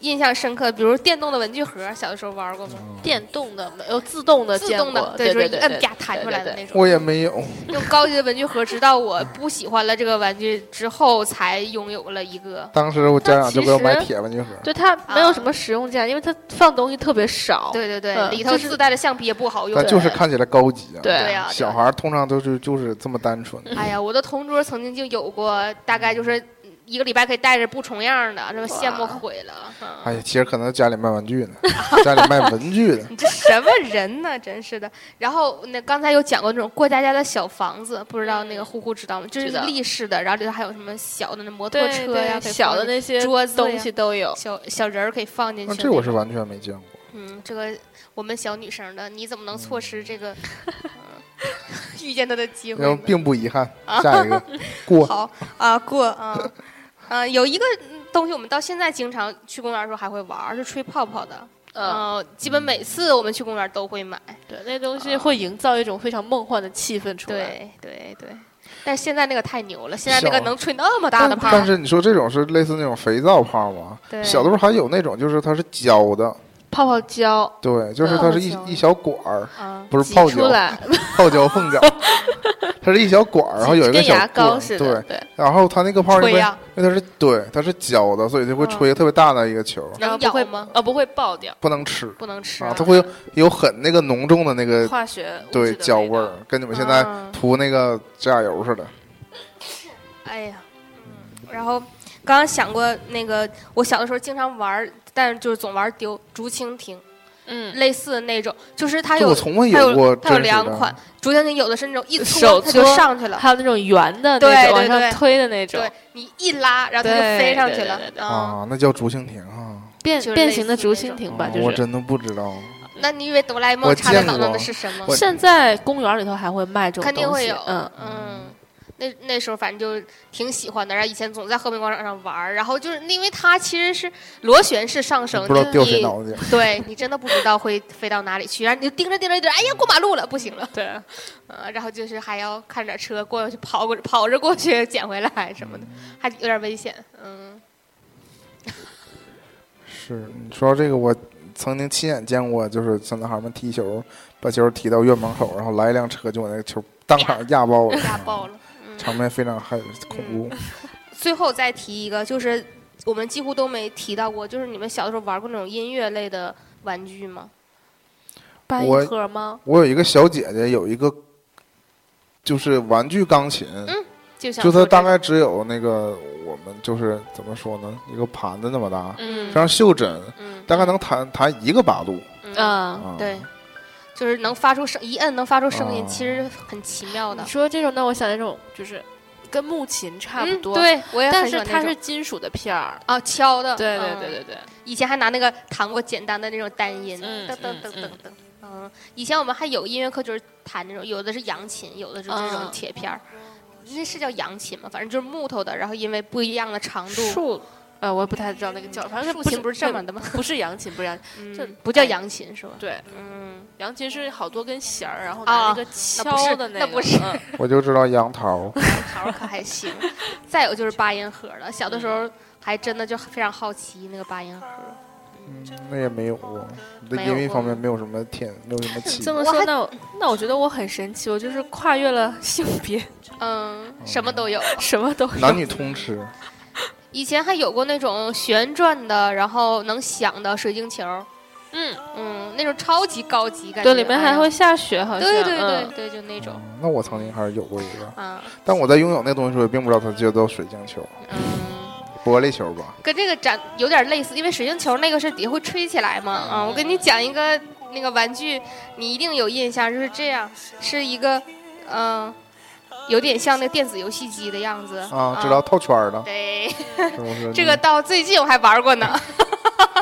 Speaker 3: 印象深刻，比如电动的文具盒，小的时候玩过吗？
Speaker 4: 电动的没有自动的
Speaker 3: 自
Speaker 4: 嗯见
Speaker 3: 动
Speaker 4: 过，
Speaker 3: 的，
Speaker 4: 对
Speaker 3: 就是一
Speaker 4: 对对，
Speaker 3: 摁
Speaker 4: 对
Speaker 3: 啪弹出来的
Speaker 4: 对
Speaker 3: 那种。
Speaker 2: 我也没有，
Speaker 3: 用高级的文具盒，直到我不喜欢了这个玩具之后，才拥有了一个。
Speaker 2: 当时我家长就给我买
Speaker 4: 但其
Speaker 2: 铁文具盒，
Speaker 4: 对啊它没有什么实用价，因为它放东西特别少。
Speaker 3: 对对对，
Speaker 4: 嗯
Speaker 3: 里头
Speaker 4: 就是
Speaker 3: 自带的橡皮也不好用
Speaker 2: 但。就是看起来高级啊。
Speaker 4: 对
Speaker 3: 对呀、
Speaker 2: 小孩儿通常都是就是这么单纯。
Speaker 3: 哎呀，我的同桌曾经就有过，大概就是嗯一个礼拜可以带着不重样的，这么羡慕
Speaker 4: 哇
Speaker 3: 毁了。嗯
Speaker 2: 哎呀，其实可能家里卖玩具呢， 家里卖文具 呢。
Speaker 3: 你这什么人呢？真是的。然后那刚才有讲过那种过家家的小房子，不知道那个呼呼知道吗？嗯就是
Speaker 4: 知道
Speaker 3: 立式的，然后里头还有什么小的那摩托
Speaker 4: 对
Speaker 3: 车
Speaker 4: 对
Speaker 3: 呀，可以
Speaker 4: 小
Speaker 3: 放
Speaker 4: 的
Speaker 3: 进
Speaker 4: 那些
Speaker 3: 桌子
Speaker 4: 东
Speaker 3: 呀
Speaker 4: 西都有。
Speaker 3: 小小人儿可以放进
Speaker 2: 那
Speaker 3: 去。
Speaker 2: 哦这我是完全没见过。
Speaker 3: 嗯，这个我们小女生的，你怎么能错失这个、嗯 遇见她的机会
Speaker 2: 然后
Speaker 3: 呢？
Speaker 2: 并不遗憾，下一 个过。
Speaker 3: 啊好啊，过啊，啊，有一个嗯东西我们到现在经常去公园的时候还会玩儿，是吹泡泡的。
Speaker 4: 嗯，
Speaker 3: 呃，基本每次我们去公园都会买。
Speaker 4: 对，那东西会营造一种非常梦幻的气氛出来。
Speaker 3: 对对对，但是现在那个太牛了，现在那个
Speaker 2: 小
Speaker 3: 能吹那么大
Speaker 2: 但
Speaker 3: 的泡
Speaker 2: 但
Speaker 3: 儿，
Speaker 2: 是你说这种是类似那种肥皂泡吗？
Speaker 3: 对，
Speaker 2: 小的时候还有那种，就是它是胶的，
Speaker 4: 泡泡胶
Speaker 2: 对，就是它是一
Speaker 3: 泡胶
Speaker 2: 一小管儿，
Speaker 3: 啊，
Speaker 2: 不是
Speaker 4: 挤
Speaker 2: 泡
Speaker 4: 出
Speaker 2: 椒，
Speaker 4: 来，
Speaker 2: 泡椒凤 角，它是一小管儿，然后有一个
Speaker 4: 跟
Speaker 2: 小
Speaker 4: 牙
Speaker 2: 棍
Speaker 4: 膏
Speaker 2: 儿，
Speaker 4: 似的，
Speaker 2: 对，
Speaker 4: 对，
Speaker 2: 然后它那个泡儿因
Speaker 3: 吹
Speaker 2: 为
Speaker 3: 呀，
Speaker 2: 因为它是对它是胶的，所以就会
Speaker 3: 嗯
Speaker 2: 吹一个特别大的一个球，
Speaker 4: 然后嗯
Speaker 3: 能
Speaker 4: 不会
Speaker 3: 咬吗？
Speaker 4: 呃，不会爆掉，
Speaker 2: 不能吃
Speaker 3: 不能吃
Speaker 2: 啊，它会有有很那个浓重的那个
Speaker 4: 化学物
Speaker 2: 对
Speaker 4: 质的
Speaker 2: 胶
Speaker 4: 味
Speaker 2: 味儿
Speaker 4: 道。，嗯
Speaker 2: 跟你们现在
Speaker 3: 啊
Speaker 2: 涂那个指甲油似的。
Speaker 3: 哎呀，嗯然后刚刚想过那个，我小的时候经常玩儿，但是就是总玩儿丢竹蜻蜓，
Speaker 4: 嗯，
Speaker 3: 类似的那种，就是它
Speaker 2: 这
Speaker 3: 有
Speaker 2: 哎我从未
Speaker 3: 它有
Speaker 2: 过
Speaker 3: 它
Speaker 2: 真
Speaker 3: 有
Speaker 2: 实
Speaker 3: 两
Speaker 2: 的，
Speaker 3: 款竹蜻蜓，有的是那种一搓
Speaker 4: 手
Speaker 3: 它就
Speaker 4: 搓
Speaker 3: 上去了，
Speaker 4: 还有那种圆的那
Speaker 3: 对
Speaker 4: 种往
Speaker 3: 对对
Speaker 4: 上推的那种，
Speaker 3: 对你一拉，然后它就
Speaker 4: 对
Speaker 3: 飞上
Speaker 4: 对
Speaker 3: 去
Speaker 4: 对
Speaker 3: 了
Speaker 4: 对对，
Speaker 3: 啊。
Speaker 2: 啊，那叫竹蜻蜓啊。
Speaker 4: 变
Speaker 3: 就是
Speaker 4: 变
Speaker 3: 类
Speaker 4: 形的
Speaker 3: 似
Speaker 4: 竹
Speaker 3: 那
Speaker 4: 蜻
Speaker 3: 种
Speaker 2: 啊
Speaker 4: 蜓吧，
Speaker 2: 我
Speaker 4: 嗯就是。
Speaker 2: 真的不知道，
Speaker 3: 那你以为哆啦 A 梦
Speaker 2: 我
Speaker 3: 插在
Speaker 2: 见
Speaker 3: 脑袋
Speaker 2: 过
Speaker 3: 的是什么？
Speaker 2: 我
Speaker 4: 现在公园里头还会卖这种
Speaker 3: 肯定
Speaker 4: 东
Speaker 3: 会
Speaker 4: 西
Speaker 3: 有，
Speaker 4: 嗯，
Speaker 3: 嗯那那时候反正就挺喜欢的，然后以前总在和平广场上玩儿，然后就是因为它其实是螺旋式上升，
Speaker 2: 不知道掉
Speaker 3: 就是
Speaker 2: 谁
Speaker 3: 你
Speaker 2: 脑袋去。
Speaker 3: 对你真的不知道会飞到哪里去，然后你就盯着盯着盯着，哎呀过马路了，不行了，
Speaker 4: 对，
Speaker 3: 呃，然后就是还要看着车过去跑过跑着过去捡回来什么的，还有点危险，嗯，
Speaker 2: 是你说到这个，我曾经亲眼见过，就是小男孩们踢球，把球踢到院门口，然后来一辆车就把那个球当 场压爆了，
Speaker 3: 压 爆了。嗯
Speaker 2: 场面非常害恐怖。
Speaker 3: 最后再提一个，就是我们几乎都没提到过，就是你们小的时候玩过那种音乐类的玩具吗？
Speaker 4: 搬一
Speaker 2: 我
Speaker 4: 盒吗？
Speaker 2: 我有一个小姐姐，有一个就是玩具钢琴，
Speaker 3: 嗯就像
Speaker 2: 就
Speaker 3: 说
Speaker 2: 它
Speaker 3: 这
Speaker 2: 大
Speaker 3: 种
Speaker 2: 概只有那个我们就是怎么说呢，一个盘子那么大，
Speaker 4: 嗯
Speaker 2: 非常袖珍，
Speaker 3: 嗯
Speaker 2: 大概能弹弹一个八度。
Speaker 3: 嗯
Speaker 4: 嗯，
Speaker 2: 啊，
Speaker 3: 对，就是能发出声，一摁能发出声音，
Speaker 2: 啊
Speaker 3: 其实很奇妙的
Speaker 4: 你。说这种，那我想那种就是跟木琴差不
Speaker 3: 嗯，
Speaker 4: 多，，
Speaker 3: 对，我也
Speaker 4: 但
Speaker 3: 很喜
Speaker 4: 是
Speaker 3: 欢
Speaker 4: 它
Speaker 3: 那
Speaker 4: 是
Speaker 3: 种
Speaker 4: 金属的片儿。
Speaker 3: 啊敲的，
Speaker 4: 对对
Speaker 3: 嗯
Speaker 4: 对对对，
Speaker 3: 以前还拿那个弹过简单的那种单音，
Speaker 4: 嗯
Speaker 3: 噔噔
Speaker 4: 嗯
Speaker 3: 噔噔
Speaker 4: 嗯
Speaker 3: 噔。嗯，以前我们还有音乐课，就是弹那种，有的是扬琴，有的是这种
Speaker 4: 嗯
Speaker 3: 铁片儿，那是叫扬琴吗？反正就是木头的，然后因为不一样的长度，
Speaker 4: 树，呃，我也不太知道那个叫，反正
Speaker 3: 竖
Speaker 4: 不
Speaker 3: 琴不是这么的 吗？
Speaker 4: 不是扬琴，不是扬，这
Speaker 3: 嗯不叫
Speaker 4: 哎
Speaker 3: 扬琴是吧？
Speaker 4: 对，
Speaker 3: 嗯，
Speaker 4: 扬琴是好多根弦儿，然后
Speaker 3: 啊
Speaker 4: 拿那个
Speaker 3: 那不是
Speaker 4: 敲的
Speaker 3: 啊那
Speaker 4: 个，
Speaker 3: 不是
Speaker 4: 嗯
Speaker 2: 我就知道杨桃。
Speaker 3: 桃儿可还行。再有就是八音盒了，小的时候还真的就非常好奇那个八音盒。
Speaker 2: 嗯，那也没有过，对
Speaker 3: 没有啊
Speaker 2: 音域
Speaker 3: 过
Speaker 2: 方面
Speaker 3: 吗
Speaker 2: 没有什么天，没有 什么气。
Speaker 4: 这么
Speaker 3: 我还
Speaker 4: 说，那我那我觉得我很神奇，我就是跨越了性别，
Speaker 3: 嗯，什么都有。
Speaker 4: 什么都
Speaker 2: 男
Speaker 4: 有。
Speaker 2: 女通吃，
Speaker 3: 以前还有过那种旋转的，然后能响的水晶球，
Speaker 4: 嗯，
Speaker 3: 嗯，那种超级高级感觉。
Speaker 4: 对，里面还会下雪，好
Speaker 3: 哎呀。
Speaker 4: 像。
Speaker 3: 对对对
Speaker 4: 嗯哦
Speaker 3: 对，就那种
Speaker 2: 嗯那我曾经还是有过一个，
Speaker 3: 啊，
Speaker 2: 但我在拥有那东西的时候，也并不知道它叫做水晶球、
Speaker 3: 嗯，
Speaker 2: 玻璃球吧。
Speaker 3: 跟这个展有点类似，因为水晶球那个是底下会吹起来嘛。
Speaker 2: 嗯
Speaker 3: 啊，我跟你讲一个那个玩具，你一定有印象，就是这样，是一个嗯、有点像那电子游戏机的样子
Speaker 2: 啊，知道套圈儿的，
Speaker 3: 对，
Speaker 2: 是不是？
Speaker 3: 这个到最近我还玩过呢，
Speaker 2: 嗯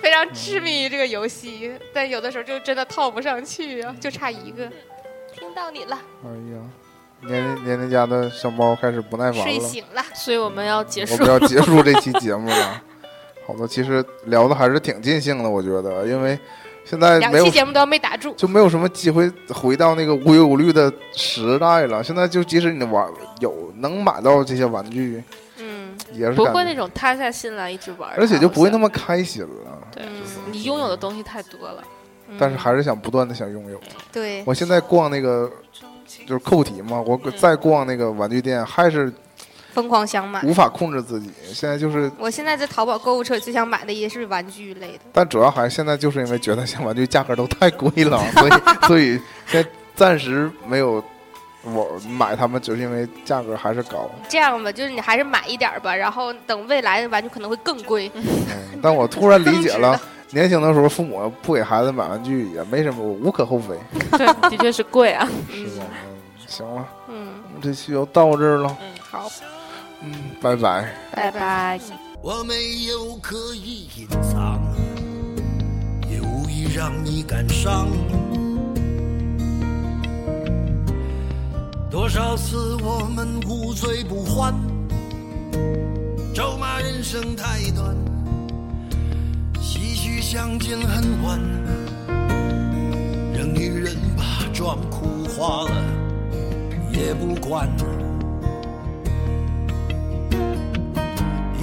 Speaker 3: 非常痴迷于这个游戏，但有的时候就真的套不上去啊，就差一个。听到你了，
Speaker 2: 哎呀，年龄年龄家的小猫开始不耐烦
Speaker 3: 睡
Speaker 2: 了，
Speaker 3: 醒了，
Speaker 4: 所以我们要结
Speaker 2: 我
Speaker 4: 束
Speaker 2: 们。要结束这 期节目了。好的，其实聊的还是挺尽兴的，我觉得，因为现在
Speaker 3: 两
Speaker 2: 没有
Speaker 3: 期节目都没打住。
Speaker 2: 就没有什么机会回到那个无忧无虑的时代了。现在就即使你玩有能买到这些玩具，
Speaker 3: 嗯，
Speaker 2: 也是
Speaker 4: 不
Speaker 2: 感
Speaker 4: 会
Speaker 2: 觉
Speaker 4: 那种塌下心来一直玩儿它，
Speaker 2: 而且就不会那
Speaker 4: 么
Speaker 2: 么开心了。
Speaker 4: 对，
Speaker 3: 嗯
Speaker 4: 你拥有的东西太多了。
Speaker 2: 但是还是想不断的想拥有。
Speaker 3: 对，
Speaker 2: 我现在逛那个就是扣题嘛，我再逛那个玩具店还是
Speaker 3: 疯狂想买。
Speaker 2: 无法控制自己。现在就是，
Speaker 3: 我现在在淘宝购物车最想买的也是玩具类的。
Speaker 2: 但主要还是现在就是因为 觉得像玩具价格都太贵了，所以所以现在暂时没有我买它们就是因为价格还是高，
Speaker 3: 这样吧，就是你还是买一点儿吧，然后等未来玩具可能会更贵。
Speaker 2: 嗯但我突然理解
Speaker 3: 增
Speaker 2: 了，年轻的时候父母不给孩子买玩具也没什么，无可厚非，
Speaker 4: 对，的确是贵啊。
Speaker 2: 是吧？嗯，行了，
Speaker 3: 嗯，
Speaker 2: 这期就到这儿了，
Speaker 4: 嗯，
Speaker 3: 好，
Speaker 2: 嗯，拜拜。
Speaker 4: 拜拜。
Speaker 5: 我没有刻意隐藏，也无意让你感伤。多少次我们无醉不欢，咒骂人生太短，唏嘘相见恨晚，让女人把妆哭花了也不管。